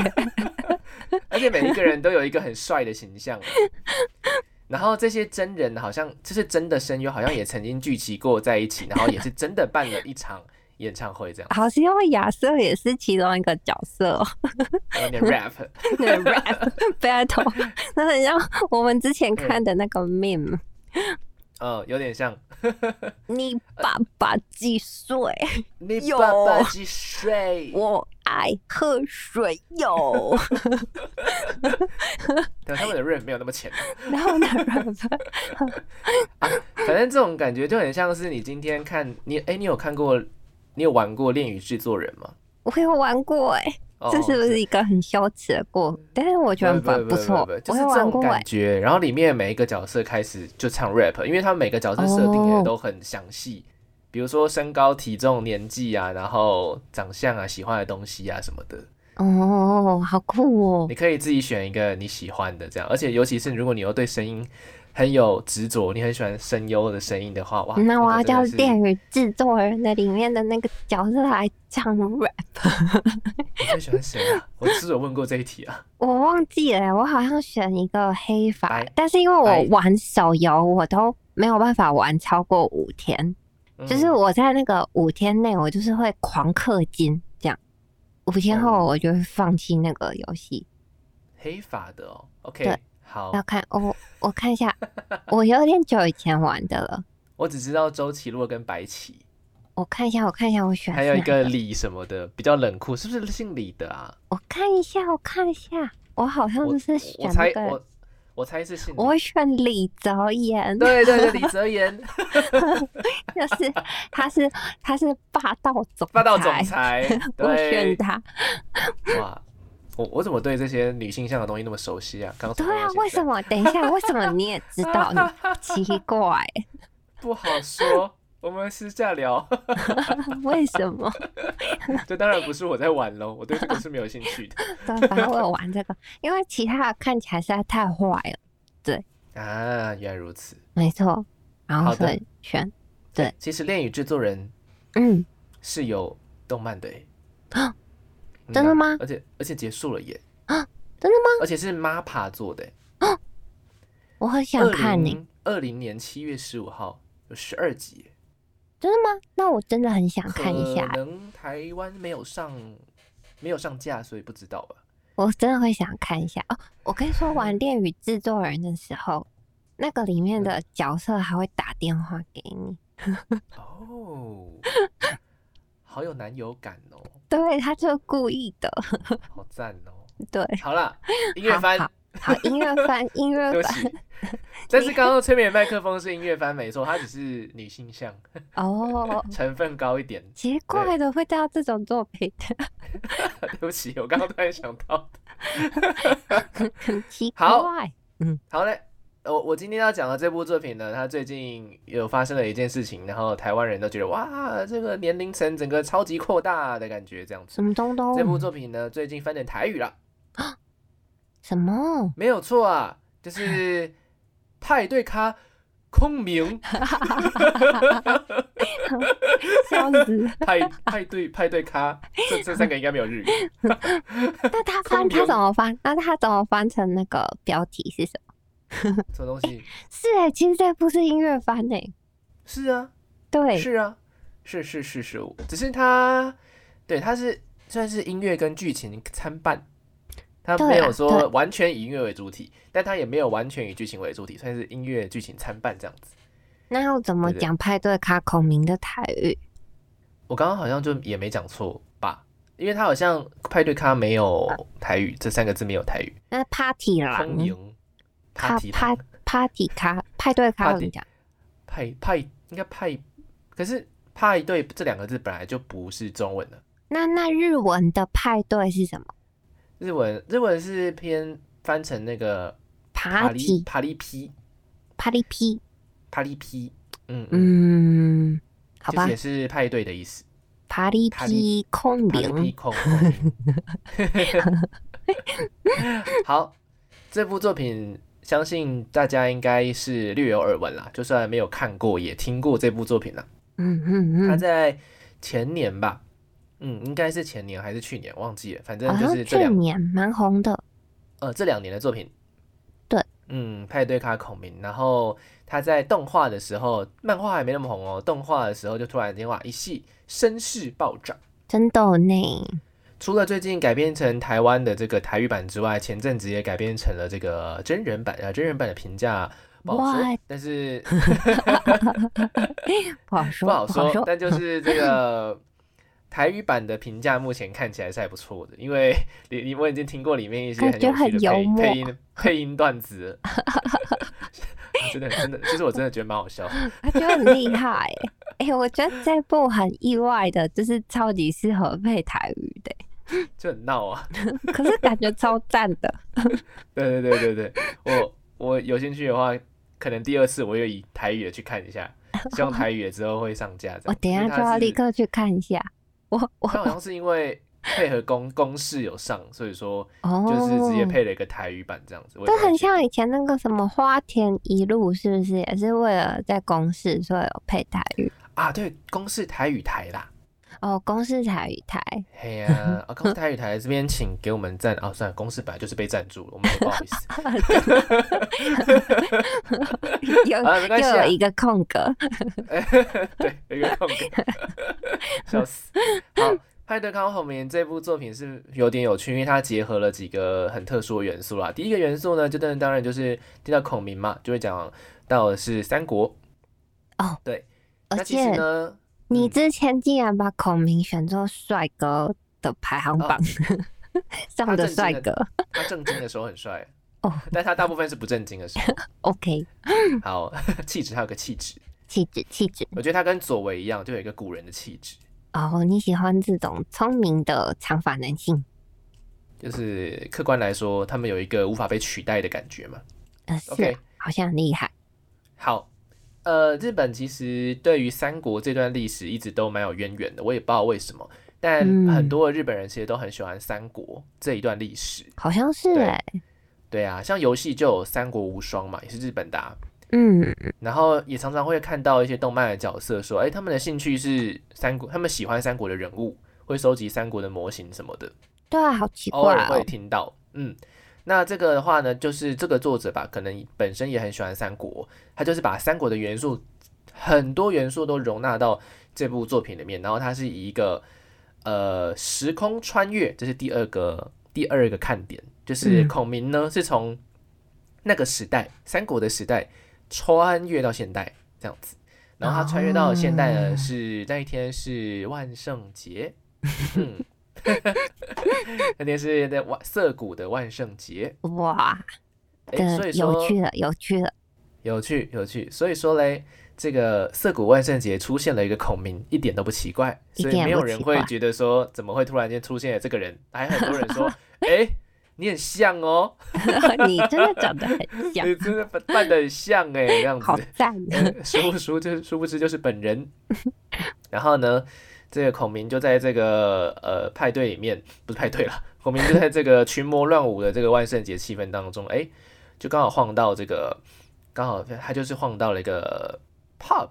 [SPEAKER 2] 而且每一个人都有一个很帅的形象。啊然后这些真人好像就是真的声优，好像也曾经聚集过在一起，然后也是真的办了一场演唱会，这样
[SPEAKER 1] 好像因为亚瑟也是其中一个角色哦，
[SPEAKER 2] 有 点 rap。
[SPEAKER 1] 那 个 rap battle，那很像我们之前看的那个 meme。
[SPEAKER 2] 嗯，有点像
[SPEAKER 1] 你爸爸几岁？
[SPEAKER 2] 你
[SPEAKER 1] 有
[SPEAKER 2] 爸爸几岁？
[SPEAKER 1] 我爱喝水 哟。
[SPEAKER 2] 对，他们的 rap 没有那么浅，
[SPEAKER 1] 然后呢，rap
[SPEAKER 2] 反正这种感觉就很像是你今天看你哎，你有看过，你有玩过《恋与制作人》吗？
[SPEAKER 1] 我有玩过哎、
[SPEAKER 2] 哦嗯
[SPEAKER 1] 这是不是一个很羞耻的过？但是我觉得蛮
[SPEAKER 2] 不
[SPEAKER 1] 错，
[SPEAKER 2] 就
[SPEAKER 1] 我
[SPEAKER 2] 是
[SPEAKER 1] 有
[SPEAKER 2] 这
[SPEAKER 1] 玩
[SPEAKER 2] 种
[SPEAKER 1] 过哎、
[SPEAKER 2] 感觉。然后里面每一个角色开始就唱 rap，因为他们每个角色设定也
[SPEAKER 1] 哦
[SPEAKER 2] 都很详细，比如说身高、体重、年纪啊，然后长相啊、喜欢的东西啊什么的，
[SPEAKER 1] 哦，好酷哦！
[SPEAKER 2] 你可以自己选一个你喜欢的这样。而且尤其是如果你又对声音很有执着，你很喜欢声优的声音的话，哇，
[SPEAKER 1] 那我要
[SPEAKER 2] 个真
[SPEAKER 1] 叫
[SPEAKER 2] 的
[SPEAKER 1] 《
[SPEAKER 2] 是
[SPEAKER 1] 恋与制作人》的里面的那个角色来唱 rap，
[SPEAKER 2] 你最喜欢谁 啊？我是不是有问过这一题啊？
[SPEAKER 1] 我忘记了欸、我好像选一个黑发
[SPEAKER 2] 白，
[SPEAKER 1] 但是因为
[SPEAKER 2] 白
[SPEAKER 1] 我玩手游，我都没有办法玩超过五天，就是
[SPEAKER 2] 嗯
[SPEAKER 1] 我在那个五天内，我就是会狂氪金这样，五天
[SPEAKER 2] 哦
[SPEAKER 1] 后我就会放弃那个游戏。
[SPEAKER 2] 黑发的哦，OK，
[SPEAKER 1] 对
[SPEAKER 2] 好，
[SPEAKER 1] 要看我、我看一下， 我有点久以前玩的了。
[SPEAKER 2] 我只知道周奇洛跟白起。
[SPEAKER 1] 我看一下，我看一下，我选
[SPEAKER 2] 还有一
[SPEAKER 1] 哪
[SPEAKER 2] 个李什么的，比较冷酷，是不是姓李的啊？
[SPEAKER 1] 我看一下，我看一下，我好像
[SPEAKER 2] 我
[SPEAKER 1] 就是
[SPEAKER 2] 我
[SPEAKER 1] 选
[SPEAKER 2] 猜
[SPEAKER 1] 那个，
[SPEAKER 2] 我我猜是姓李。
[SPEAKER 1] 我会选李泽言，
[SPEAKER 2] 对对对，李泽言，
[SPEAKER 1] 就是他是他是霸道总
[SPEAKER 2] 霸道总
[SPEAKER 1] 裁。
[SPEAKER 2] 裁
[SPEAKER 1] 我选
[SPEAKER 2] 对，
[SPEAKER 1] 他。
[SPEAKER 2] 哇，我我怎么对这些女性向的东西那么熟悉啊？刚
[SPEAKER 1] 对啊，为什
[SPEAKER 2] 么
[SPEAKER 1] 么？等一下，为什么你也知道？你奇怪，
[SPEAKER 2] 不好说？我们私 下聊。
[SPEAKER 1] 为什么？
[SPEAKER 2] 这当然不是我在玩喽，我对这个是没有兴趣的
[SPEAKER 1] 对，反正我有玩这个，因为其他的看起来实在太坏了。
[SPEAKER 2] 啊。原来如此。
[SPEAKER 1] 没错，然后
[SPEAKER 2] 好的
[SPEAKER 1] 所以选，
[SPEAKER 2] 其实《恋与制作人
[SPEAKER 1] 嗯，》
[SPEAKER 2] 是有动 漫的耶、欸
[SPEAKER 1] 啊
[SPEAKER 2] 嗯啊
[SPEAKER 1] 真的吗
[SPEAKER 2] 而且而且结束了耶。
[SPEAKER 1] 啊真的
[SPEAKER 2] 吗？而且是 MAPA 做的耶、欸
[SPEAKER 1] 我很想
[SPEAKER 2] 二
[SPEAKER 1] 看欸你，
[SPEAKER 2] 零二零年七月十五号有十二集耶，
[SPEAKER 1] 真的吗？那我真的很想看一下
[SPEAKER 2] 可，能台湾没有上没有上架，所以不知道吧。
[SPEAKER 1] 我真的会想看一下哦。我跟你说，玩《恋与制作人》的时候，那个里面
[SPEAKER 2] 嗯
[SPEAKER 1] 的角色还会打电话给你，
[SPEAKER 2] 哦，好有男友感哦，
[SPEAKER 1] 对，他就故意的，
[SPEAKER 2] 好赞哦。
[SPEAKER 1] 对。
[SPEAKER 2] 好啦，音乐番，
[SPEAKER 1] 好好，好音乐番，音乐
[SPEAKER 2] 对不
[SPEAKER 1] 番
[SPEAKER 2] 起。但是刚刚催眠麦克风是音乐番没错，它只是女性向，
[SPEAKER 1] 哦，
[SPEAKER 2] 成分高一点。
[SPEAKER 1] 奇怪的会到这种作品，
[SPEAKER 2] 对不起，我刚刚突然想到。
[SPEAKER 1] 很奇
[SPEAKER 2] 好
[SPEAKER 1] 怪。
[SPEAKER 2] 好嘞，呃我我今天要讲的这部作品呢，它最近有发生了一件事情，然后台湾人都觉得哇，这个年龄层整个超级扩大的感觉，这样子。
[SPEAKER 1] 什么东东？
[SPEAKER 2] 这部作品呢，最近翻成台语了，
[SPEAKER 1] 什么？
[SPEAKER 2] 没有错啊，就是派对咖空明
[SPEAKER 1] 笑死！
[SPEAKER 2] 派派对派对咖，这这三个应该没有日语。
[SPEAKER 1] 那他翻
[SPEAKER 2] 空
[SPEAKER 1] 他
[SPEAKER 2] 灵
[SPEAKER 1] 怎么翻？那他怎么翻成那个标题是什么？
[SPEAKER 2] 什么东西？
[SPEAKER 1] 是哎、其实这不是音乐番哎、
[SPEAKER 2] 是啊，
[SPEAKER 1] 对，
[SPEAKER 2] 是啊，是是是是，只是它对它是算是音乐跟剧情参半，它
[SPEAKER 1] 对啊
[SPEAKER 2] 没有说
[SPEAKER 1] 对
[SPEAKER 2] 完全以音乐为主体，但它也没有完全以剧情为主体，算是音乐剧情参半这样子。
[SPEAKER 1] 那要怎么
[SPEAKER 2] 对对
[SPEAKER 1] 讲派对卡孔明的台语？
[SPEAKER 2] 我刚刚好像就也没讲错吧？因为它好像派对咖没有台语这三个字没有台语，
[SPEAKER 1] 那 party 狼
[SPEAKER 2] 空营
[SPEAKER 1] 卡
[SPEAKER 2] party
[SPEAKER 1] 派 party 卡派对卡怎么讲？
[SPEAKER 2] 派派应该派，可是派对这两个字本来就不是中文的。
[SPEAKER 1] 那那日文的派对是什么
[SPEAKER 2] 日文日文是偏翻成那个帕
[SPEAKER 1] ？party
[SPEAKER 2] 利帕利皮
[SPEAKER 1] party p
[SPEAKER 2] 帕利皮，嗯嗯，
[SPEAKER 1] 嗯，好
[SPEAKER 2] 就是
[SPEAKER 1] 吧
[SPEAKER 2] 也是派对的意思。
[SPEAKER 1] ，party
[SPEAKER 2] 帕利
[SPEAKER 1] p 空
[SPEAKER 2] 帕利皮
[SPEAKER 1] 明
[SPEAKER 2] 控。控 好，这部作品相信大家应该是略有耳闻啦，就算没有看过，也听过这部作品啦。
[SPEAKER 1] 嗯嗯
[SPEAKER 2] 它
[SPEAKER 1] 嗯，
[SPEAKER 2] 在前年吧，嗯，应该是前年还是去年，忘记了，反正
[SPEAKER 1] 好
[SPEAKER 2] 就是
[SPEAKER 1] 像
[SPEAKER 2] 这
[SPEAKER 1] 哦去
[SPEAKER 2] 两
[SPEAKER 1] 年蛮红的。
[SPEAKER 2] 呃这两年的作品。
[SPEAKER 1] 对，
[SPEAKER 2] 嗯，派对卡孔明，然后他在动画的时候，漫画还没那么红哦，动画的时候就突然间哇一系声势暴涨。
[SPEAKER 1] 真的呢，
[SPEAKER 2] 除了最近改编成台湾的这个台语版之外，前阵子也改编成了这个真人版，呃，真人版的评价不好说
[SPEAKER 1] What？
[SPEAKER 2] 但是
[SPEAKER 1] 不好说，
[SPEAKER 2] 不好
[SPEAKER 1] 不好
[SPEAKER 2] 说，但就是这 个台语版的评价，目前看起来是还不错的，因为你你我已经听过里面一些
[SPEAKER 1] 感
[SPEAKER 2] 很
[SPEAKER 1] 觉
[SPEAKER 2] 有趣
[SPEAKER 1] 很
[SPEAKER 2] 的
[SPEAKER 1] 幽
[SPEAKER 2] 配
[SPEAKER 1] 默
[SPEAKER 2] 配音配音 段子了，真的真的，其实我真的觉得蛮好笑的。
[SPEAKER 1] 他觉得很厉害、欸。哎、我觉得这部很意外的，就是超级适合配台语的、
[SPEAKER 2] 就很闹啊。
[SPEAKER 1] 可是感觉超赞 的。
[SPEAKER 2] 对对对对对，我我有兴趣的话，可能第二次我又以台语的去看 一下，希望台语的之后会上架这样。
[SPEAKER 1] 我等一
[SPEAKER 2] 因
[SPEAKER 1] 下
[SPEAKER 2] 为
[SPEAKER 1] 就
[SPEAKER 2] 它
[SPEAKER 1] 要
[SPEAKER 2] 是
[SPEAKER 1] 立，刻去看一下。我我
[SPEAKER 2] 它好像是因为配合公公式有上，所以说
[SPEAKER 1] 哦，
[SPEAKER 2] 就是直接配了一个台语版这样子。我也
[SPEAKER 1] 这
[SPEAKER 2] 不太
[SPEAKER 1] 很
[SPEAKER 2] 确定
[SPEAKER 1] 像以前那个什么花田一路，是不是也是为了在公视所以有配台语？
[SPEAKER 2] 啊，对，公式台语台啦。
[SPEAKER 1] 哦，公视台语台，
[SPEAKER 2] 嘿呀、啊，公式台语台这边请给我们赞啊！算了，公式本来就是被赞助了，我们也不好意思。
[SPEAKER 1] 又
[SPEAKER 2] 啊没关系啊
[SPEAKER 1] 又有一个空格。
[SPEAKER 2] 对，有一个空格， 笑死。好，《派对康后面这部作品是有点有趣，因为它结合了几个很特殊的元素啦。第一个元素呢，就当当然就是听到孔明嘛，就会讲到的是三国。
[SPEAKER 1] 哦，
[SPEAKER 2] 对，那
[SPEAKER 1] 而
[SPEAKER 2] 其实
[SPEAKER 1] 且
[SPEAKER 2] 呢，
[SPEAKER 1] 你
[SPEAKER 2] 嗯
[SPEAKER 1] 之前竟然把孔明选做帅哥的排
[SPEAKER 2] 哦
[SPEAKER 1] 行榜、 上的帅哥
[SPEAKER 2] 他正经的时候很帅
[SPEAKER 1] 哦，
[SPEAKER 2] 但他大部分是不正经的时候。
[SPEAKER 1] ，OK，
[SPEAKER 2] 好， 气质还有个气质，
[SPEAKER 1] 气质气质。
[SPEAKER 2] 我觉得他跟左为一样，就有一个古人的气质。
[SPEAKER 1] 哦，你喜欢这种聪明的长发男性？
[SPEAKER 2] 就是客观来说，他们有一个无法被取代的感觉嘛。
[SPEAKER 1] 呃，是啊
[SPEAKER 2] OK
[SPEAKER 1] 好像很厉害。
[SPEAKER 2] 好，呃，日本其实对于三国这段历史一直都蛮有渊源的，我也不知道为什么，但
[SPEAKER 1] 嗯
[SPEAKER 2] 很多的日本人其实都很喜欢三国这一段历史。
[SPEAKER 1] 好像是
[SPEAKER 2] 对
[SPEAKER 1] 哎、
[SPEAKER 2] 对啊，像游戏就有《三国无双》嘛，也是日本的、啊，
[SPEAKER 1] 嗯，
[SPEAKER 2] 然后也常常会看到一些动漫的角色说，哎，他们的兴趣是三国，他们喜欢三国的人物，会收集三国的模型什么的。
[SPEAKER 1] 对啊，好奇
[SPEAKER 2] 偶
[SPEAKER 1] 怪
[SPEAKER 2] 尔
[SPEAKER 1] 哦
[SPEAKER 2] 会。听到。嗯，那这个的话呢，就是这个作者吧，可能本身也很喜欢三国，他就是把三国的元素很多元素都容纳到这部作品里面，然后它是以一个呃时空穿越，这是第二个第二个看点，就是
[SPEAKER 1] 嗯
[SPEAKER 2] 孔明呢是从那个时代三国的时代穿越到现代这样子。然后他穿越到现代呢，
[SPEAKER 1] 哦
[SPEAKER 2] 是那一天是万圣节，嗯， 那天是在万涩谷的万圣节，
[SPEAKER 1] 哦哇，
[SPEAKER 2] 哎、所
[SPEAKER 1] 的
[SPEAKER 2] 以
[SPEAKER 1] 有
[SPEAKER 2] 说
[SPEAKER 1] 趣了，有趣了。
[SPEAKER 2] 有趣有趣，所以说嘞，这个涩谷万圣节出现了一个孔明，一点都不奇怪，
[SPEAKER 1] 一
[SPEAKER 2] 所以
[SPEAKER 1] 点
[SPEAKER 2] 没
[SPEAKER 1] 不
[SPEAKER 2] 有人
[SPEAKER 1] 奇
[SPEAKER 2] 会
[SPEAKER 1] 怪
[SPEAKER 2] 觉得说怎么会突然间出现了这个人，还很多人 说，哎、你很像哦，
[SPEAKER 1] 你真的长得 很像，
[SPEAKER 2] 你真的扮扮的很像哎，这样
[SPEAKER 1] 好
[SPEAKER 2] 子，
[SPEAKER 1] 赞啊！
[SPEAKER 2] 呃 殊不殊就是殊不知就是本 人。然后呢，这个孔明就在这个呃派对里面，不是派对了，孔明就在这个群魔乱舞的这个万圣节气氛当中，哎，就刚好晃到这个，刚好他就是晃到了一个 pub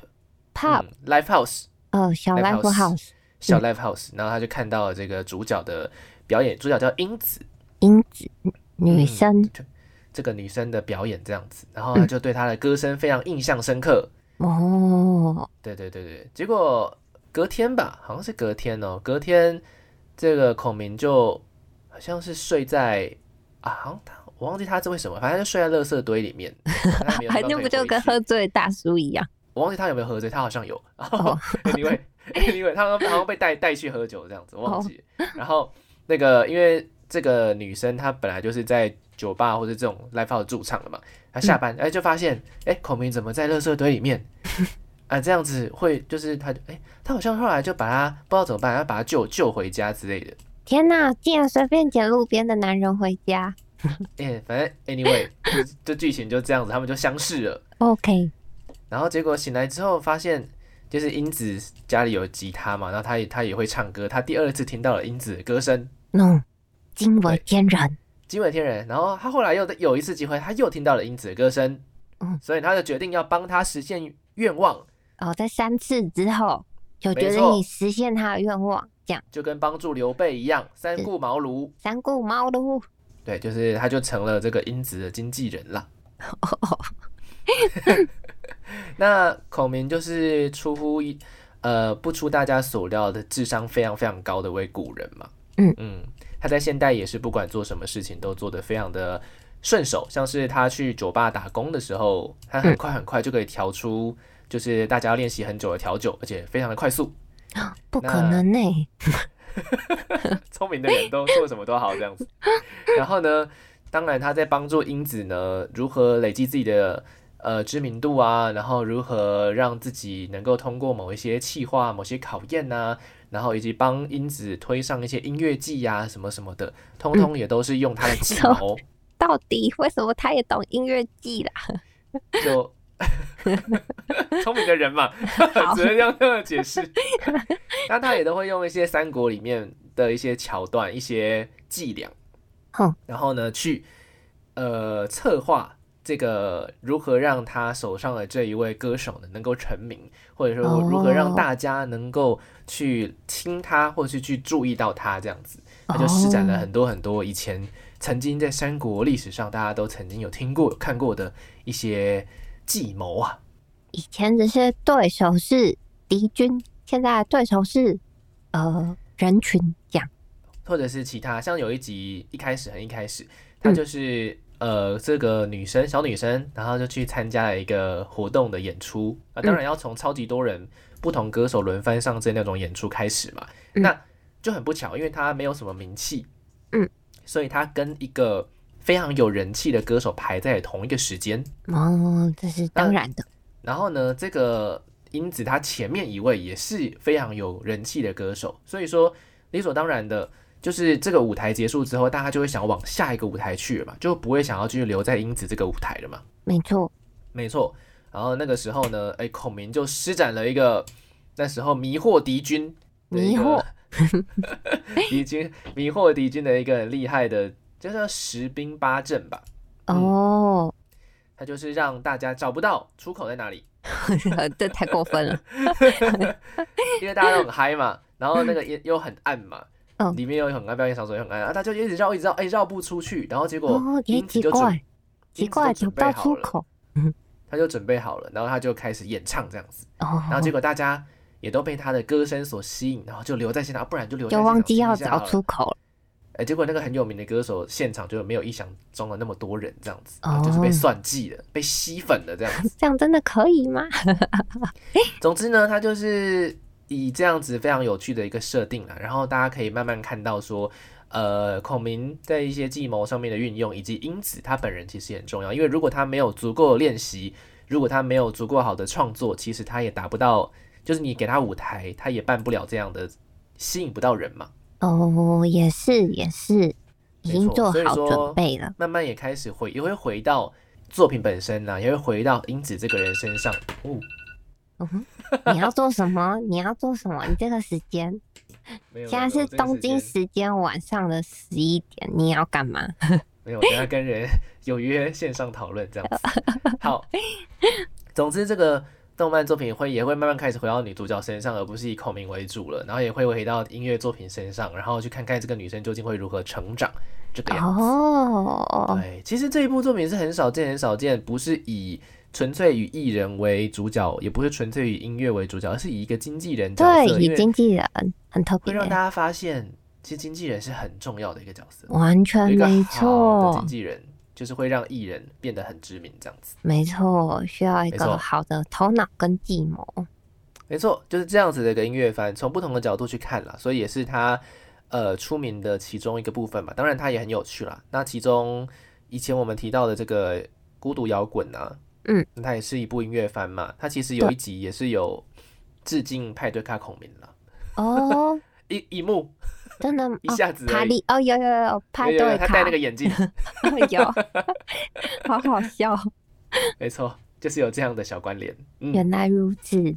[SPEAKER 1] pub 嗯
[SPEAKER 2] 嗯、live house
[SPEAKER 1] 呃，小
[SPEAKER 2] Live
[SPEAKER 1] live
[SPEAKER 2] house
[SPEAKER 1] house
[SPEAKER 2] 小 live house，、然后他就看到了这个主角的表演，主角叫英子，
[SPEAKER 1] 英子女
[SPEAKER 2] 嗯
[SPEAKER 1] 生
[SPEAKER 2] 就这个女生的表演这样子，然后他就对她的歌声非常印象深刻，
[SPEAKER 1] 哦，
[SPEAKER 2] 对对对对，结果隔天吧，好像是隔天哦，隔天这个孔明就好像是睡在啊，好像他我忘记他是为什么，反正就睡在垃圾堆里面，他没 有
[SPEAKER 1] 还
[SPEAKER 2] 地方
[SPEAKER 1] 那
[SPEAKER 2] 可以
[SPEAKER 1] 不就
[SPEAKER 2] 回
[SPEAKER 1] 跟
[SPEAKER 2] 去
[SPEAKER 1] 喝醉的大叔一样？
[SPEAKER 2] 我忘记他有没有喝醉，他好像有。 然后
[SPEAKER 1] 哦
[SPEAKER 2] anyway anyway，他好像好像被带带去喝酒这样子，我忘记了。然后那个因为这个女生她本来就是在酒吧或者这种 live house 驻唱的嘛，她下班哎、就发现哎、孔明怎么在垃圾堆里面？ 啊，这样子会就是她就哎、她好像后来就把她不知道怎么办，要把她救救回家之类的。
[SPEAKER 1] 天哪，竟然随便捡路边的男人回家
[SPEAKER 2] 哎、反正 anyway，就是这剧情就这样子，他们就相识了。
[SPEAKER 1] ？OK，
[SPEAKER 2] 然后结果醒来之后发现，就是英子家里有吉他嘛，然后她也她也会唱歌，她第二次听到了英子的歌声，
[SPEAKER 1] no，惊嗯为天人，
[SPEAKER 2] 惊为天人。然后她后来又有一次机会，她又听到了英子的歌声
[SPEAKER 1] 嗯，
[SPEAKER 2] 所以她就决定要帮她实现愿望，
[SPEAKER 1] 哦，在三次之后就
[SPEAKER 2] 没
[SPEAKER 1] 觉得
[SPEAKER 2] 错
[SPEAKER 1] 你实现他的愿望，这样
[SPEAKER 2] 就跟帮助刘备一样，三顾茅庐。
[SPEAKER 1] 三顾茅庐。
[SPEAKER 2] 对，就是她就成了这个英子的经纪人啦。
[SPEAKER 1] 哦，
[SPEAKER 2] 那孔明就是出乎意，呃，不出大家所料的智商非常非常高的位古人嘛。
[SPEAKER 1] 嗯
[SPEAKER 2] 他在现代也是不管做什么事情都做得非常的顺手，像是他去酒吧打工的时候，他很快很快就可以调出就是大家要练习很久的调酒，而且非常的快速。
[SPEAKER 1] 不可
[SPEAKER 2] 那
[SPEAKER 1] 能呢、
[SPEAKER 2] 聪明的人都做什么都好这样子。然后呢，当然他在帮助英子呢如何累积自己的呃知名度啊，然后如何让自己能够通过某一些企划、某些考验呐、然后以及帮英子推上一些音乐季呀、什么什么的，通通也都是用他的计谋。
[SPEAKER 1] 到底为什么他也懂音乐季啦？
[SPEAKER 2] 就聪明的人嘛，
[SPEAKER 1] 好
[SPEAKER 2] 只能这样这样解 释。那他也都会用一些三国里面的一些桥段、一些伎俩
[SPEAKER 1] 哼，
[SPEAKER 2] 然后呢去呃策划这个如何让他手上的这一位歌手呢能够成名，或者说如何让
[SPEAKER 1] 哦
[SPEAKER 2] 大家能够去听他，或是去注意到他这样子。他就施展了
[SPEAKER 1] 哦
[SPEAKER 2] 很多很多以前曾经在三国历史上大家都曾经有听过、有看过的一些计谋啊。
[SPEAKER 1] 以前只是对手是敌军，现在对手是呃人群，这样
[SPEAKER 2] 或者是其他，像有一集一开始很一开始，
[SPEAKER 1] 嗯
[SPEAKER 2] 她就是、呃这个女生小女生，然后就去参加了一个活动的演出啊，
[SPEAKER 1] 嗯
[SPEAKER 2] 当然要从超级多人、不同歌手轮番上阵那种演出开始嘛，
[SPEAKER 1] 嗯
[SPEAKER 2] 那就很不巧，因为她没有什么名气，
[SPEAKER 1] 嗯，
[SPEAKER 2] 所以她跟一个非常有人气的歌手排在同一个时间，
[SPEAKER 1] 哦，这是当然的。
[SPEAKER 2] 然后呢，这个英子她前面一位也是非常有人气的歌手，所以说理所当然的，就是这个舞台结束之后，大家就会想往下一个舞台去了嘛，就不会想要继续留在英子这个舞台了嘛。
[SPEAKER 1] 没错，
[SPEAKER 2] 没错，啊，然后那个时候呢，哎、孔明就施展了一个那时候迷惑敌军的一个
[SPEAKER 1] 迷惑
[SPEAKER 2] 敌军迷惑敌军的一个很厉害的，就叫十兵八阵吧。
[SPEAKER 1] 哦，
[SPEAKER 2] 他就是让大家找不到出口在哪里，
[SPEAKER 1] 这太过分 了。
[SPEAKER 2] 因为大家都很嗨嘛，然后那个也又很暗嘛，
[SPEAKER 1] 嗯
[SPEAKER 2] 里面又很暗，表演场所也很暗，啊，他就一直绕，一直绕，哎、绕不出去，然后结果
[SPEAKER 1] 哦，也
[SPEAKER 2] 英子
[SPEAKER 1] 奇
[SPEAKER 2] 就准，
[SPEAKER 1] 怪，
[SPEAKER 2] 英
[SPEAKER 1] 奇
[SPEAKER 2] 子
[SPEAKER 1] 怪，
[SPEAKER 2] 就
[SPEAKER 1] 找
[SPEAKER 2] 准
[SPEAKER 1] 不到
[SPEAKER 2] 备好
[SPEAKER 1] 出
[SPEAKER 2] 了，
[SPEAKER 1] 口。
[SPEAKER 2] 他就准备好了，然后他就开始演唱这样子，
[SPEAKER 1] 哦，
[SPEAKER 2] 然后结果大家也都被他的歌声所吸引，然后就留在现场，不然就留在
[SPEAKER 1] 就
[SPEAKER 2] 现
[SPEAKER 1] 忘
[SPEAKER 2] 场
[SPEAKER 1] 记
[SPEAKER 2] 听
[SPEAKER 1] 要
[SPEAKER 2] 一下
[SPEAKER 1] 找
[SPEAKER 2] 好了
[SPEAKER 1] 出口了。
[SPEAKER 2] 哎、结果那个很有名的歌手现场就没有意想中的那么多人这样子，
[SPEAKER 1] 哦
[SPEAKER 2] 就是被算计了，被吸粉了这样子。
[SPEAKER 1] 这样真的可以吗？
[SPEAKER 2] 总之呢，它就是以这样子非常有趣的一个设定啦，然后大家可以慢慢看到说。呃，孔明在一些计谋上面的运用，以及英子他本人其实也很重要，因为如果他没有足够的练习，如果他没有足够好的创作，其实他也达不到，就是你给他舞台，他也办不了这样的，吸引不到人嘛。
[SPEAKER 1] 哦，也是也是，已
[SPEAKER 2] 没
[SPEAKER 1] 经
[SPEAKER 2] 错
[SPEAKER 1] 做
[SPEAKER 2] 所以
[SPEAKER 1] 好
[SPEAKER 2] 说
[SPEAKER 1] 准备了。
[SPEAKER 2] 慢慢也开始回，也会回到作品本身啦、也会回到英子这个人身上。哦，
[SPEAKER 1] 嗯你要做什么？你要做什么？你这个时间
[SPEAKER 2] 没有，
[SPEAKER 1] 现在是东京
[SPEAKER 2] 时，
[SPEAKER 1] 时间晚上的十一点，你要干嘛？
[SPEAKER 2] 没有，我等下跟人 有约线上讨论这样子。好，总之这个动漫作品会也会慢慢开始回到女主角身上，而不是以孔明为主了，然后也会回到音乐作品身上，然后去看看这个女生究竟会如何成长这个样子。
[SPEAKER 1] 哦，
[SPEAKER 2] 对，其实这一部作品是很少见、很少见，不是以纯粹以艺人为主角，也不是纯粹以音乐为主角，而是以一个经纪人角
[SPEAKER 1] 对，
[SPEAKER 2] 色，因
[SPEAKER 1] 以
[SPEAKER 2] 为
[SPEAKER 1] 经纪人很特
[SPEAKER 2] 会
[SPEAKER 1] 别，
[SPEAKER 2] 让大家发现，其实经纪人是很重要的一个角色，
[SPEAKER 1] 完全
[SPEAKER 2] 有一个
[SPEAKER 1] 呃没
[SPEAKER 2] 好的
[SPEAKER 1] 错
[SPEAKER 2] 经，纪人就是会让艺人变得很知名，这样子。
[SPEAKER 1] 没错，需要一
[SPEAKER 2] 没错
[SPEAKER 1] 个好的头脑跟计谋。
[SPEAKER 2] 没错，就是这样子的一个音乐番，从不同的角度去看啦，所以也是它呃出名的其中一个部分吧。当然，它也很有趣啦。那其中以前我们提到的这个孤独摇滚啊，
[SPEAKER 1] 嗯，
[SPEAKER 2] 它也是一部音乐番嘛。它其实有一集也是有致敬派对卡孔明啦，
[SPEAKER 1] 哦，
[SPEAKER 2] 一一幕
[SPEAKER 1] 真的
[SPEAKER 2] 一
[SPEAKER 1] 哦，
[SPEAKER 2] 下子
[SPEAKER 1] 帕
[SPEAKER 2] 而已。
[SPEAKER 1] 利哦，有有有，派
[SPEAKER 2] 有有有
[SPEAKER 1] 对
[SPEAKER 2] 他
[SPEAKER 1] 卡
[SPEAKER 2] 戴那个 眼镜，
[SPEAKER 1] 有，好好笑，哦
[SPEAKER 2] 没错，就是有这样的小关联。嗯，
[SPEAKER 1] 原来如此。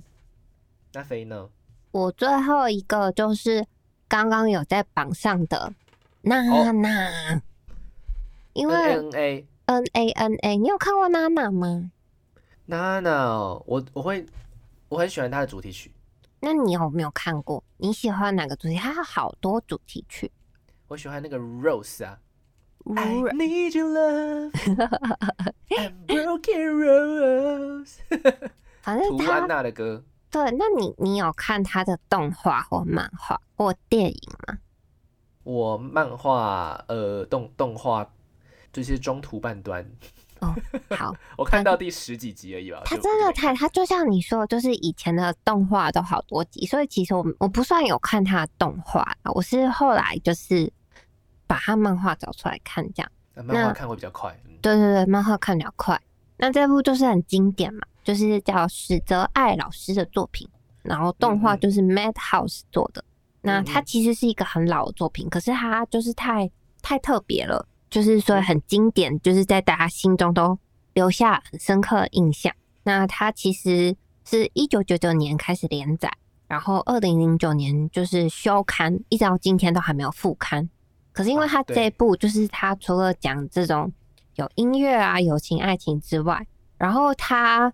[SPEAKER 2] 那飞呢？
[SPEAKER 1] 我最后一个就是刚刚有在榜上的娜娜，因
[SPEAKER 2] 哦
[SPEAKER 1] 为
[SPEAKER 2] N N A
[SPEAKER 1] N A N A，你有看过娜娜吗？
[SPEAKER 2] 娜娜哦，我我会我很喜欢它的主题曲。
[SPEAKER 1] 那你有没有看过？你喜欢哪个主题？它有好多主题曲。
[SPEAKER 2] 我喜欢那个 Rose 啊，I
[SPEAKER 1] 如
[SPEAKER 2] need your love and broken rose 。
[SPEAKER 1] 反正
[SPEAKER 2] 图
[SPEAKER 1] 它
[SPEAKER 2] 安娜的歌，
[SPEAKER 1] 对，那你你有看它的动画或漫画或电影吗？
[SPEAKER 2] 我漫画呃动动画就是中途半端，
[SPEAKER 1] 好，
[SPEAKER 2] 我看到第十几集而已吧。
[SPEAKER 1] 它
[SPEAKER 2] 啊就
[SPEAKER 1] 真的
[SPEAKER 2] 我就没
[SPEAKER 1] 太，它就像你说，就是以前的动画都好多集，所以其实我我不算有看它的动画啦，我是后来就是把它漫画找出来看，这样。
[SPEAKER 2] 呃漫画
[SPEAKER 1] 那
[SPEAKER 2] 看会比较快。嗯
[SPEAKER 1] 对对对，漫画看得比较快。那这部就是很经典嘛，就是叫史泽爱老师的作品，然后动画
[SPEAKER 2] 嗯嗯
[SPEAKER 1] 就是 Madhouse 做的。那
[SPEAKER 2] 嗯
[SPEAKER 1] 它
[SPEAKER 2] 嗯
[SPEAKER 1] 其实是一个很老的作品，可是它就是太太特别了，就是所以
[SPEAKER 2] 嗯
[SPEAKER 1] 很经典，就是在大家心中都留下很深刻的印象。那它其实是一九九九年开始连载，然后二零零九年就是休刊，一直到今天都还没有复刊。可是因为
[SPEAKER 2] 啊
[SPEAKER 1] 它
[SPEAKER 2] 对
[SPEAKER 1] 这一部，就是它除了讲这种有音乐啊、友情、爱情之外，然后它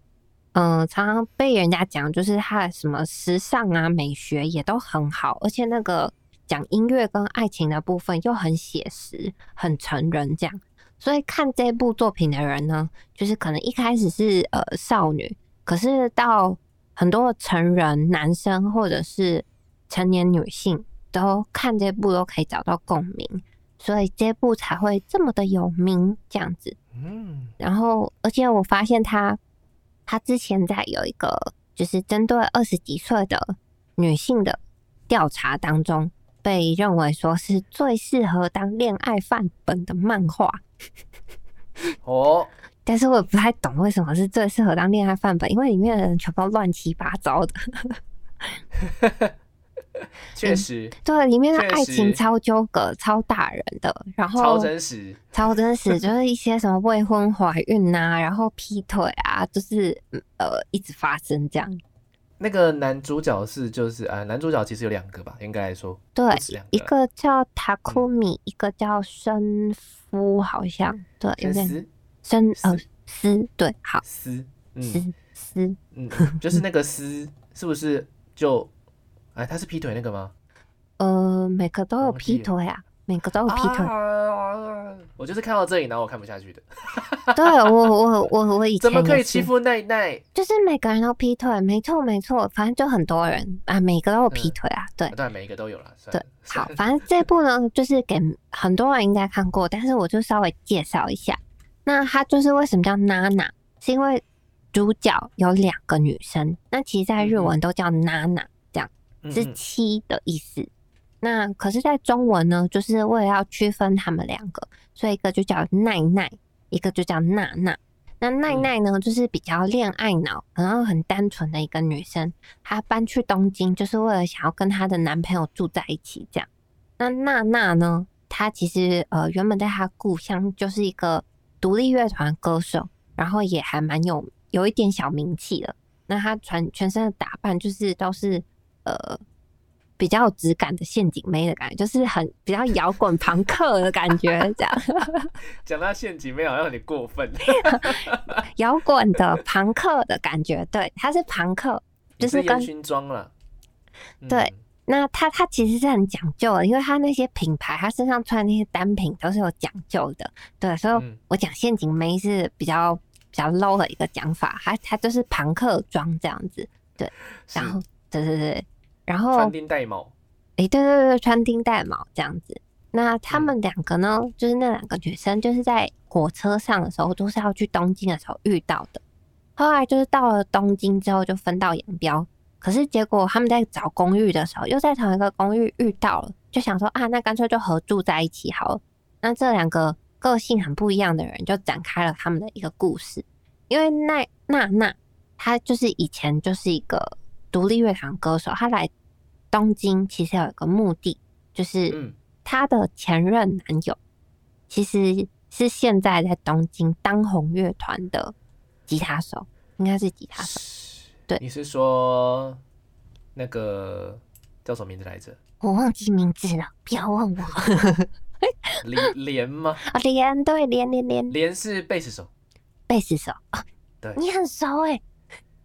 [SPEAKER 1] 嗯、呃常常被人家讲，就是它的什么时尚啊、美学也都很好，而且那个讲音乐跟爱情的部分又很写实、很成人这样。所以看这部作品的人呢，就是可能一开始是呃少女，可是到很多成人男生或者是成年女性都看这部都可以找到共鸣，所以这部才会这么的有名这样子。
[SPEAKER 2] 嗯，
[SPEAKER 1] 然后，而且我发现他，他之前在有一个就是针对二十几岁的女性的调查当中，被认为说是最适合当恋爱范本的漫画。
[SPEAKER 2] 哦，
[SPEAKER 1] 但是我也不太懂为什么是最适合当恋爱范本，因为里面的人全部都乱七八糟的。
[SPEAKER 2] 确实
[SPEAKER 1] 嗯对，里面的
[SPEAKER 2] 确
[SPEAKER 1] 爱情
[SPEAKER 2] 实
[SPEAKER 1] 超纠葛、超大人的，然后
[SPEAKER 2] 超真实，
[SPEAKER 1] 超真实，就是一些什么未婚怀孕啊，然后劈腿啊，就是嗯呃一直发生这样。
[SPEAKER 2] 那个男主角是就是啊、呃男主角其实有两个吧，应该来说
[SPEAKER 1] 对
[SPEAKER 2] 不止两，
[SPEAKER 1] 一
[SPEAKER 2] 个
[SPEAKER 1] 个叫塔库米，一个叫生夫，好像对，有
[SPEAKER 2] 先
[SPEAKER 1] 点
[SPEAKER 2] 思
[SPEAKER 1] 生呃
[SPEAKER 2] 思
[SPEAKER 1] 斯，对，好
[SPEAKER 2] 思，
[SPEAKER 1] 斯
[SPEAKER 2] 嗯
[SPEAKER 1] 斯，
[SPEAKER 2] 嗯，嗯就是那个思 是不是就哎他是劈腿那个吗？
[SPEAKER 1] 呃，每个都有
[SPEAKER 2] 忘
[SPEAKER 1] 劈
[SPEAKER 2] 记了
[SPEAKER 1] 腿啊，每个都有劈腿。
[SPEAKER 2] 啊！我就是看到这里，然后我看不下去的，
[SPEAKER 1] 对我我我我以前
[SPEAKER 2] 怎么可
[SPEAKER 1] 也是
[SPEAKER 2] 以欺负奈奈？
[SPEAKER 1] 就是每个人都劈腿，没错没错，反正就很多人啊，每个都有劈腿啊，对
[SPEAKER 2] 啊，当然每一个都有啦，算
[SPEAKER 1] 对
[SPEAKER 2] 了，
[SPEAKER 1] 好，反正这部呢，就是给很多人应该看过，但是我就稍微介绍一下。那它就是为什么叫娜娜，是因为主角有两个女生，那其实在日文都叫娜娜，
[SPEAKER 2] 嗯
[SPEAKER 1] 是
[SPEAKER 2] 嗯
[SPEAKER 1] 七的意思。那可是，在中文呢，就是为了要区分他们两个，所以一个就叫奈奈，一个就叫娜娜。那奈
[SPEAKER 2] 嗯
[SPEAKER 1] 奈呢，就是比较恋爱脑，然后很单纯的一个女生。她搬去东京，就是为了想要跟她的男朋友住在一起这样。那娜娜呢，她其实呃原本在她故乡就是一个独立乐团歌手，然后也还蛮有有一点小名气的。那她全全身的打扮就是都是呃比较有质感的陷阱妹的感觉，就是很比较摇滚朋克的感觉，这 样
[SPEAKER 2] 讲到陷阱妹好像有点过分，
[SPEAKER 1] 摇滚的朋克的感觉。对，她是朋克， 就
[SPEAKER 2] 你
[SPEAKER 1] 是跟
[SPEAKER 2] 烟熏妆啦。嗯
[SPEAKER 1] 对，那他他其实是很讲究的，因为他那些品牌，他身上穿的那些单品都是有讲究的。对，所以
[SPEAKER 2] 嗯
[SPEAKER 1] 我讲陷阱妹是比较比较 low 的一个讲法，他他就是朋克装这样子。
[SPEAKER 2] 是
[SPEAKER 1] 然后，对对对，然后
[SPEAKER 2] 穿丁戴帽，
[SPEAKER 1] 诶，对对对，穿丁戴帽这样子。那他
[SPEAKER 2] 嗯
[SPEAKER 1] 们两个呢，就是那两个女生，就是在火车上的时候，都是要去东京的时候遇到的。后来就是到了东京之后，就分道扬镳。可是结果他们在找公寓的时候，又在同一个公寓遇到了，就想说啊，那干脆就合住在一起好了。那这两个个性很不一样的人，就展开了他们的一个故事。因为奈娜娜她就是以前就是一个独立乐团歌手，她来东京其实有一个目的，就是
[SPEAKER 2] 嗯，
[SPEAKER 1] 她的前任男友其实是现在在东京当红乐团的吉他手，应该是吉他手，对
[SPEAKER 2] 你是说那个叫什么名字来着？
[SPEAKER 1] 我忘记名字了，不要问我。
[SPEAKER 2] 莲莲吗？
[SPEAKER 1] 啊，连对连连连
[SPEAKER 2] 莲是贝斯手，
[SPEAKER 1] 贝斯手，哦
[SPEAKER 2] 对
[SPEAKER 1] 你很熟哎、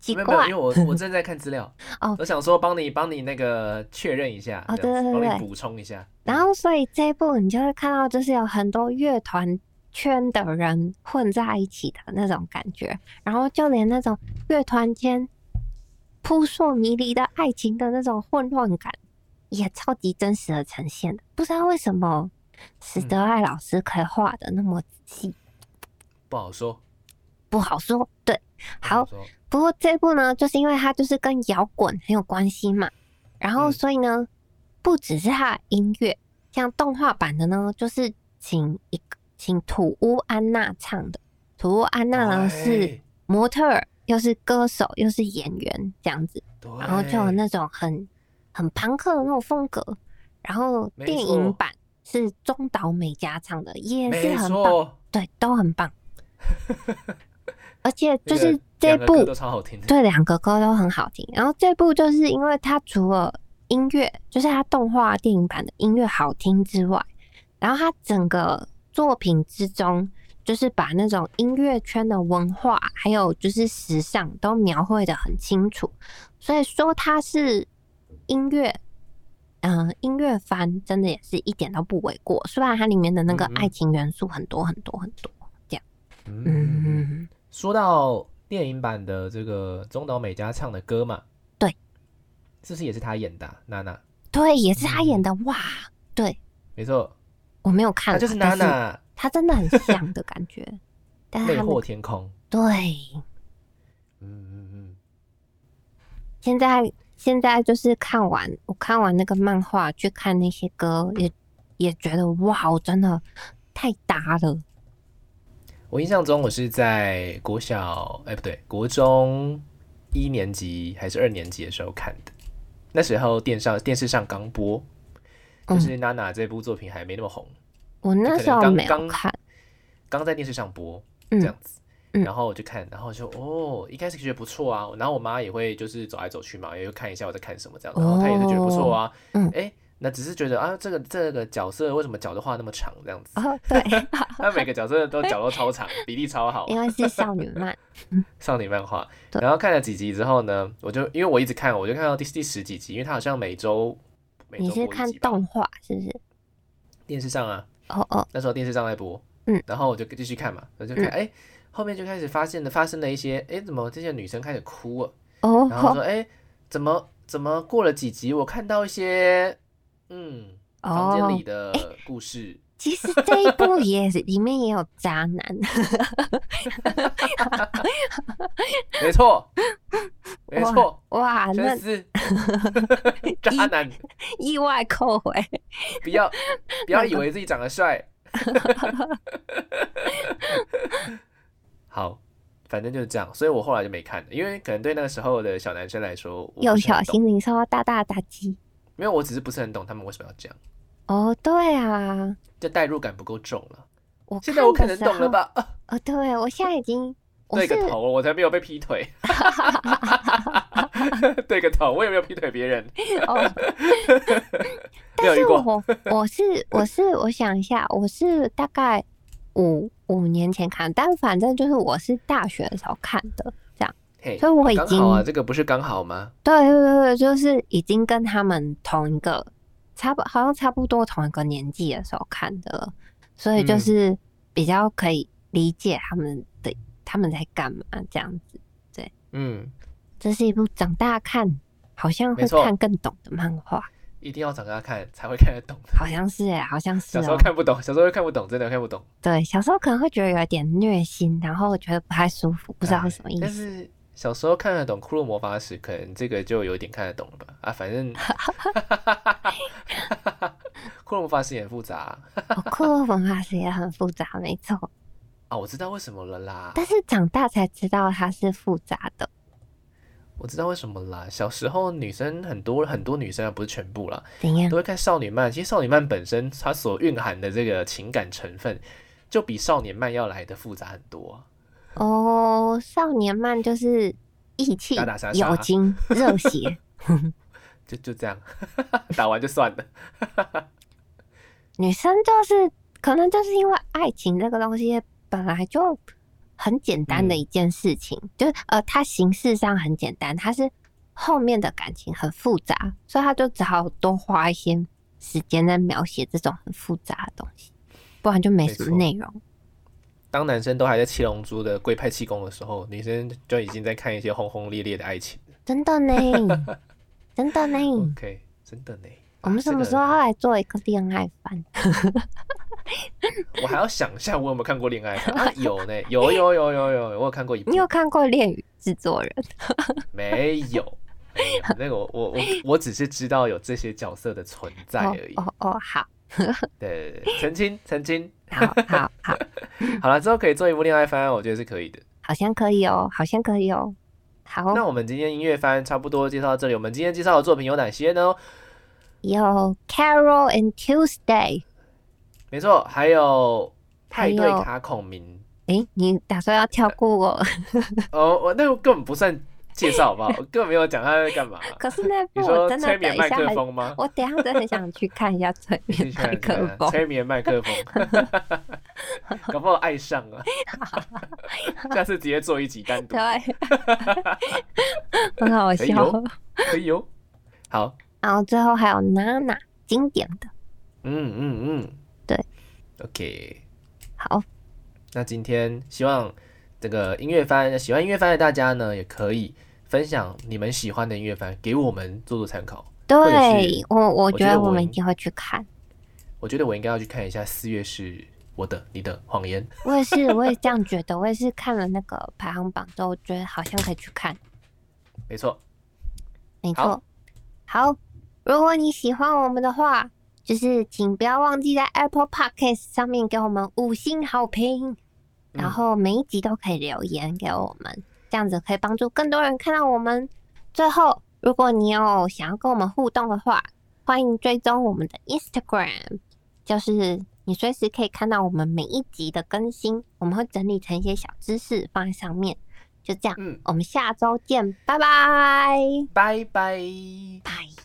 [SPEAKER 1] 奇
[SPEAKER 2] 没有没有，
[SPEAKER 1] 怪
[SPEAKER 2] 因为我我正在看资料
[SPEAKER 1] 哦
[SPEAKER 2] 我想说帮你帮你那个确认一下，
[SPEAKER 1] 哦
[SPEAKER 2] 这样子
[SPEAKER 1] 对对对
[SPEAKER 2] 帮你
[SPEAKER 1] 对
[SPEAKER 2] 补充一下。
[SPEAKER 1] 然后，所以这一部你就会看到，就是有很多乐团圈的人混在一起的那种感觉，然后就连那种乐团间扑朔迷离的爱情的那种混乱感，也超级真实的呈现的。不知道为什么史德艾老师可以画的那么仔细，
[SPEAKER 2] 不好说，
[SPEAKER 1] 不好说。对，
[SPEAKER 2] 不
[SPEAKER 1] 好，
[SPEAKER 2] 说，
[SPEAKER 1] 不过这部呢，就是因为它就是跟摇滚很有关系嘛，然后
[SPEAKER 2] 嗯
[SPEAKER 1] 所以呢，不只是它的音乐，像动画版的呢，就是请一个请土屋安娜唱的。土屋安娜呢
[SPEAKER 2] 哎
[SPEAKER 1] 是模特儿，又是歌手，又是演员这样子，
[SPEAKER 2] 对，
[SPEAKER 1] 然后就有那种很很朋克的那种风格。然后
[SPEAKER 2] 没
[SPEAKER 1] 电
[SPEAKER 2] 错
[SPEAKER 1] 影版是中岛美嘉唱的，也是
[SPEAKER 2] 没
[SPEAKER 1] 很棒，
[SPEAKER 2] 错，
[SPEAKER 1] 对，都很 棒。而且就
[SPEAKER 2] 那个
[SPEAKER 1] 是这
[SPEAKER 2] 两个
[SPEAKER 1] 部
[SPEAKER 2] 歌都超好听的，
[SPEAKER 1] 对，两个歌都很好听。然后这部就是因为它除了音乐，就是它动画电影版的音乐好听之外，然后它整个作品之中，就是把那种音乐圈的文化，还有就是时尚都描绘的很清楚。所以说它是音乐，嗯、音乐番真的也是一点都不为过。虽然它里面的那个
[SPEAKER 2] 嗯嗯
[SPEAKER 1] 爱情元素很多很多很多，
[SPEAKER 2] 嗯。
[SPEAKER 1] 嗯，
[SPEAKER 2] 说到电影版的这个中岛美嘉唱的歌嘛，
[SPEAKER 1] 对，
[SPEAKER 2] 是不是也是她演的、啊？娜娜，
[SPEAKER 1] 对，也是他演的哇，对。
[SPEAKER 2] 没错，
[SPEAKER 1] 我没有看啦，
[SPEAKER 2] 她啊就是娜
[SPEAKER 1] 但是
[SPEAKER 2] 娜，
[SPEAKER 1] 它真的很像的感 觉，但是
[SPEAKER 2] 魅
[SPEAKER 1] 他们
[SPEAKER 2] 惑天空。
[SPEAKER 1] 对
[SPEAKER 2] 嗯嗯嗯，
[SPEAKER 1] 现在现在就是看完我看完那个漫画，去看那些歌，也也觉得哇，我真的太搭了。
[SPEAKER 2] 我印象中我是在国小，哎、不对，国中一年级还是二年级的时候看的。那时候电上电视上刚播，
[SPEAKER 1] 嗯
[SPEAKER 2] 就是娜娜这部作品还没那么红，
[SPEAKER 1] 我那时候没有看，
[SPEAKER 2] 刚在电视上播这
[SPEAKER 1] 嗯
[SPEAKER 2] 样子。
[SPEAKER 1] 嗯
[SPEAKER 2] 然后我就看，然后就哦，一开始觉得不错啊，然后我妈也会就是走来走去嘛，也会看一下我在看什么这样，然后她也是觉得不错啊，
[SPEAKER 1] 嗯
[SPEAKER 2] 哎，那只是觉得啊，这个这个角色为什么脚都画那么长这样子？
[SPEAKER 1] 哦 对，
[SPEAKER 2] 他每个角色都脚都超长，比例超 好，
[SPEAKER 1] 因为是少女 漫，
[SPEAKER 2] 少女漫画。
[SPEAKER 1] 对
[SPEAKER 2] 然后看了几集之后呢，我就因为我一直看，我就看到第第十几集，因为它好像每周每周
[SPEAKER 1] 你
[SPEAKER 2] 播
[SPEAKER 1] 是
[SPEAKER 2] 一
[SPEAKER 1] 看
[SPEAKER 2] 集吧
[SPEAKER 1] 动画是不是？
[SPEAKER 2] 电视上啊，
[SPEAKER 1] 哦哦，
[SPEAKER 2] 那时候电视上在播，
[SPEAKER 1] 嗯，
[SPEAKER 2] 然后我就继续看嘛，我就看，哎、后面就开始发现了发生了一些，哎，怎么这些女生开始哭了？
[SPEAKER 1] 哦
[SPEAKER 2] 然后说，哎，怎么怎么过了几集，我看到一些，嗯，
[SPEAKER 1] 哦
[SPEAKER 2] 房间里的故事。
[SPEAKER 1] 其实这一部也是里面也有渣男，
[SPEAKER 2] 没错，没错，
[SPEAKER 1] 哇，那
[SPEAKER 2] 真是 渣男，
[SPEAKER 1] 意外扣回，
[SPEAKER 2] 不 要不要以为自己长得帅。 好，反正就是这样，所以我后来就没看了，因为可能对那个时候的小男生来说，我不是
[SPEAKER 1] 有
[SPEAKER 2] 很
[SPEAKER 1] 小
[SPEAKER 2] 懂，
[SPEAKER 1] 心灵受到大大的打击。
[SPEAKER 2] 没有，我只是不是很懂他们为什么要这样，
[SPEAKER 1] 哦，对啊，
[SPEAKER 2] 就代入感不够重 了。
[SPEAKER 1] 我
[SPEAKER 2] 现在我可
[SPEAKER 1] 看的时
[SPEAKER 2] 能懂了
[SPEAKER 1] 候？
[SPEAKER 2] 吧？啊
[SPEAKER 1] 哦，对，我现在已经，我
[SPEAKER 2] 对
[SPEAKER 1] 是
[SPEAKER 2] 个头，我才没有被劈腿。 对个头，我也没有劈腿别人，
[SPEAKER 1] 哦，
[SPEAKER 2] 没有
[SPEAKER 1] 但
[SPEAKER 2] 遇
[SPEAKER 1] 是
[SPEAKER 2] 过。
[SPEAKER 1] 我我是我是我想一下，我是大概五五年前看，但反正就是我是大学的时候看的，这样。
[SPEAKER 2] 嘿，
[SPEAKER 1] 所以我已
[SPEAKER 2] 刚好啊，
[SPEAKER 1] 经
[SPEAKER 2] 这个不是刚好吗？
[SPEAKER 1] 对对对对，就是已经跟他们同一个差不好像差不多同一个年纪的时候看的了，所以就
[SPEAKER 2] 嗯
[SPEAKER 1] 是比较可以理解他们的他们在干嘛这样子。
[SPEAKER 2] 嗯，
[SPEAKER 1] 这是一部长大看好像
[SPEAKER 2] 没
[SPEAKER 1] 会
[SPEAKER 2] 错
[SPEAKER 1] 看更懂的漫画，
[SPEAKER 2] 一定要长大看才会看得懂。
[SPEAKER 1] 好像是哎、好像是、
[SPEAKER 2] 小
[SPEAKER 1] 哦。
[SPEAKER 2] 时候看不懂，小时候看不懂，真的看不懂，
[SPEAKER 1] 对，小时候可能会觉得有一点虐心，然后觉得不太舒服，不知道
[SPEAKER 2] 哎
[SPEAKER 1] 是什么意
[SPEAKER 2] 但
[SPEAKER 1] 思。
[SPEAKER 2] 是小时候看得懂《骷髅魔法使》，可能这个就有点看得懂了吧？啊，反正， 骷髅魔法使也很复杂啊
[SPEAKER 1] 哦，库洛文化史也很复杂，没错。
[SPEAKER 2] 啊我知道为什么了啦，
[SPEAKER 1] 但是长大才知道它是复杂的。
[SPEAKER 2] 我知道为什么啦。小时候女生很多很多女生啊，不是全部啦，
[SPEAKER 1] 怎样
[SPEAKER 2] 都？会看少女漫。其实少女漫本身它所蕴含的这个情感成分，就比少年漫要来的复杂很多啊、
[SPEAKER 1] 哦，少年漫就是义气、
[SPEAKER 2] 打打杀杀
[SPEAKER 1] 友情、热血。
[SPEAKER 2] 就就这样， 打完就算了。
[SPEAKER 1] 女生就是可能就是因为爱情这个东西本来就很简单的
[SPEAKER 2] 嗯
[SPEAKER 1] 一件事情，就是呃，它形式上很简单，它是后面的感情很复杂，所以他就只好多花一些时间在描写这种很复杂的东西，不然就没什么
[SPEAKER 2] 没错
[SPEAKER 1] 内容。
[SPEAKER 2] 当男生都还在七龙珠的龟派气功的时候，女生就已经在看一些轰轰烈烈的爱情。
[SPEAKER 1] 真的 呢，真的呢，
[SPEAKER 2] OK，真的呢。
[SPEAKER 1] 我们
[SPEAKER 2] 啊
[SPEAKER 1] 什么时？
[SPEAKER 2] 这
[SPEAKER 1] 候
[SPEAKER 2] 个
[SPEAKER 1] 要来做一个恋爱番？
[SPEAKER 2] 我还要想一下，我有没有看过恋爱番啊？有呢，有有有有有，我有看过一部
[SPEAKER 1] 你，有看过《恋与制作人》？
[SPEAKER 2] 没有。没有那个我我我我只是知道有这些角色的存在
[SPEAKER 1] 哦
[SPEAKER 2] 而已。
[SPEAKER 1] 哦哦，好，
[SPEAKER 2] 对对对，澄清澄清。
[SPEAKER 1] 好，好，好，
[SPEAKER 2] 好了，之后可以做一部恋爱番，我觉得是可以的。
[SPEAKER 1] 好像可以哦，好像可以哦。好，
[SPEAKER 2] 那我们今天音乐番差不多介绍到这里。我们今天介绍的作品有哪些呢？
[SPEAKER 1] 有 Carol and Tuesday。
[SPEAKER 2] 没错，还有
[SPEAKER 1] 还
[SPEAKER 2] 派
[SPEAKER 1] 有
[SPEAKER 2] 对卡孔明。
[SPEAKER 1] 诶，你打算要跳过我？
[SPEAKER 2] 哦，我那个根本不算介绍，好不好？我根本没有讲他在干嘛。
[SPEAKER 1] 可是那部
[SPEAKER 2] 你
[SPEAKER 1] 我
[SPEAKER 2] 说
[SPEAKER 1] 真的
[SPEAKER 2] 催
[SPEAKER 1] 等
[SPEAKER 2] 眠
[SPEAKER 1] 一
[SPEAKER 2] 麦
[SPEAKER 1] 下
[SPEAKER 2] 克
[SPEAKER 1] 很，
[SPEAKER 2] 风吗？
[SPEAKER 1] 我等一下真的很想去看一下催眠
[SPEAKER 2] 你去
[SPEAKER 1] 麦
[SPEAKER 2] 看
[SPEAKER 1] 克
[SPEAKER 2] 看
[SPEAKER 1] 风。
[SPEAKER 2] 催眠麦克风， 搞不好爱上了。 下次直接做一集单独，
[SPEAKER 1] 对，啊很好
[SPEAKER 2] 哎
[SPEAKER 1] 笑。
[SPEAKER 2] 呦可以哦。好，
[SPEAKER 1] 然后最后还有 Nana 经典的，
[SPEAKER 2] 嗯嗯嗯，
[SPEAKER 1] 对
[SPEAKER 2] ，OK。
[SPEAKER 1] 好，
[SPEAKER 2] 那今天希望这个音乐番喜欢音乐番的大家呢，也可以分享你们喜欢的音乐番给我们做做参考。
[SPEAKER 1] 对我我
[SPEAKER 2] 我
[SPEAKER 1] 觉
[SPEAKER 2] 觉
[SPEAKER 1] 得
[SPEAKER 2] 得
[SPEAKER 1] 我
[SPEAKER 2] 我
[SPEAKER 1] 们一
[SPEAKER 2] 应
[SPEAKER 1] 定会去看。
[SPEAKER 2] 我觉得我应该要去看一下四月是我的你的谎言。
[SPEAKER 1] 我也是，我也这样觉得。我也是看了那个排行榜之后，觉得好像可以去看。
[SPEAKER 2] 没错，
[SPEAKER 1] 没
[SPEAKER 2] 好
[SPEAKER 1] 错。好，如果你喜欢我们的话，就是请不要忘记在 Apple Podcast 上面给我们五星好
[SPEAKER 2] 嗯
[SPEAKER 1] 评，然后每一集都可以留言给我们，这样子可以帮助更多人看到我们。最后，如果你有想要跟我们互动的话，欢迎追踪我们的 Instagram，就是你随时可以看到我们每一集的更新，我们会整理成一些小知识放在上面。就这样，
[SPEAKER 2] 嗯，
[SPEAKER 1] 我们下周见，拜拜，
[SPEAKER 2] 拜拜。
[SPEAKER 1] 拜。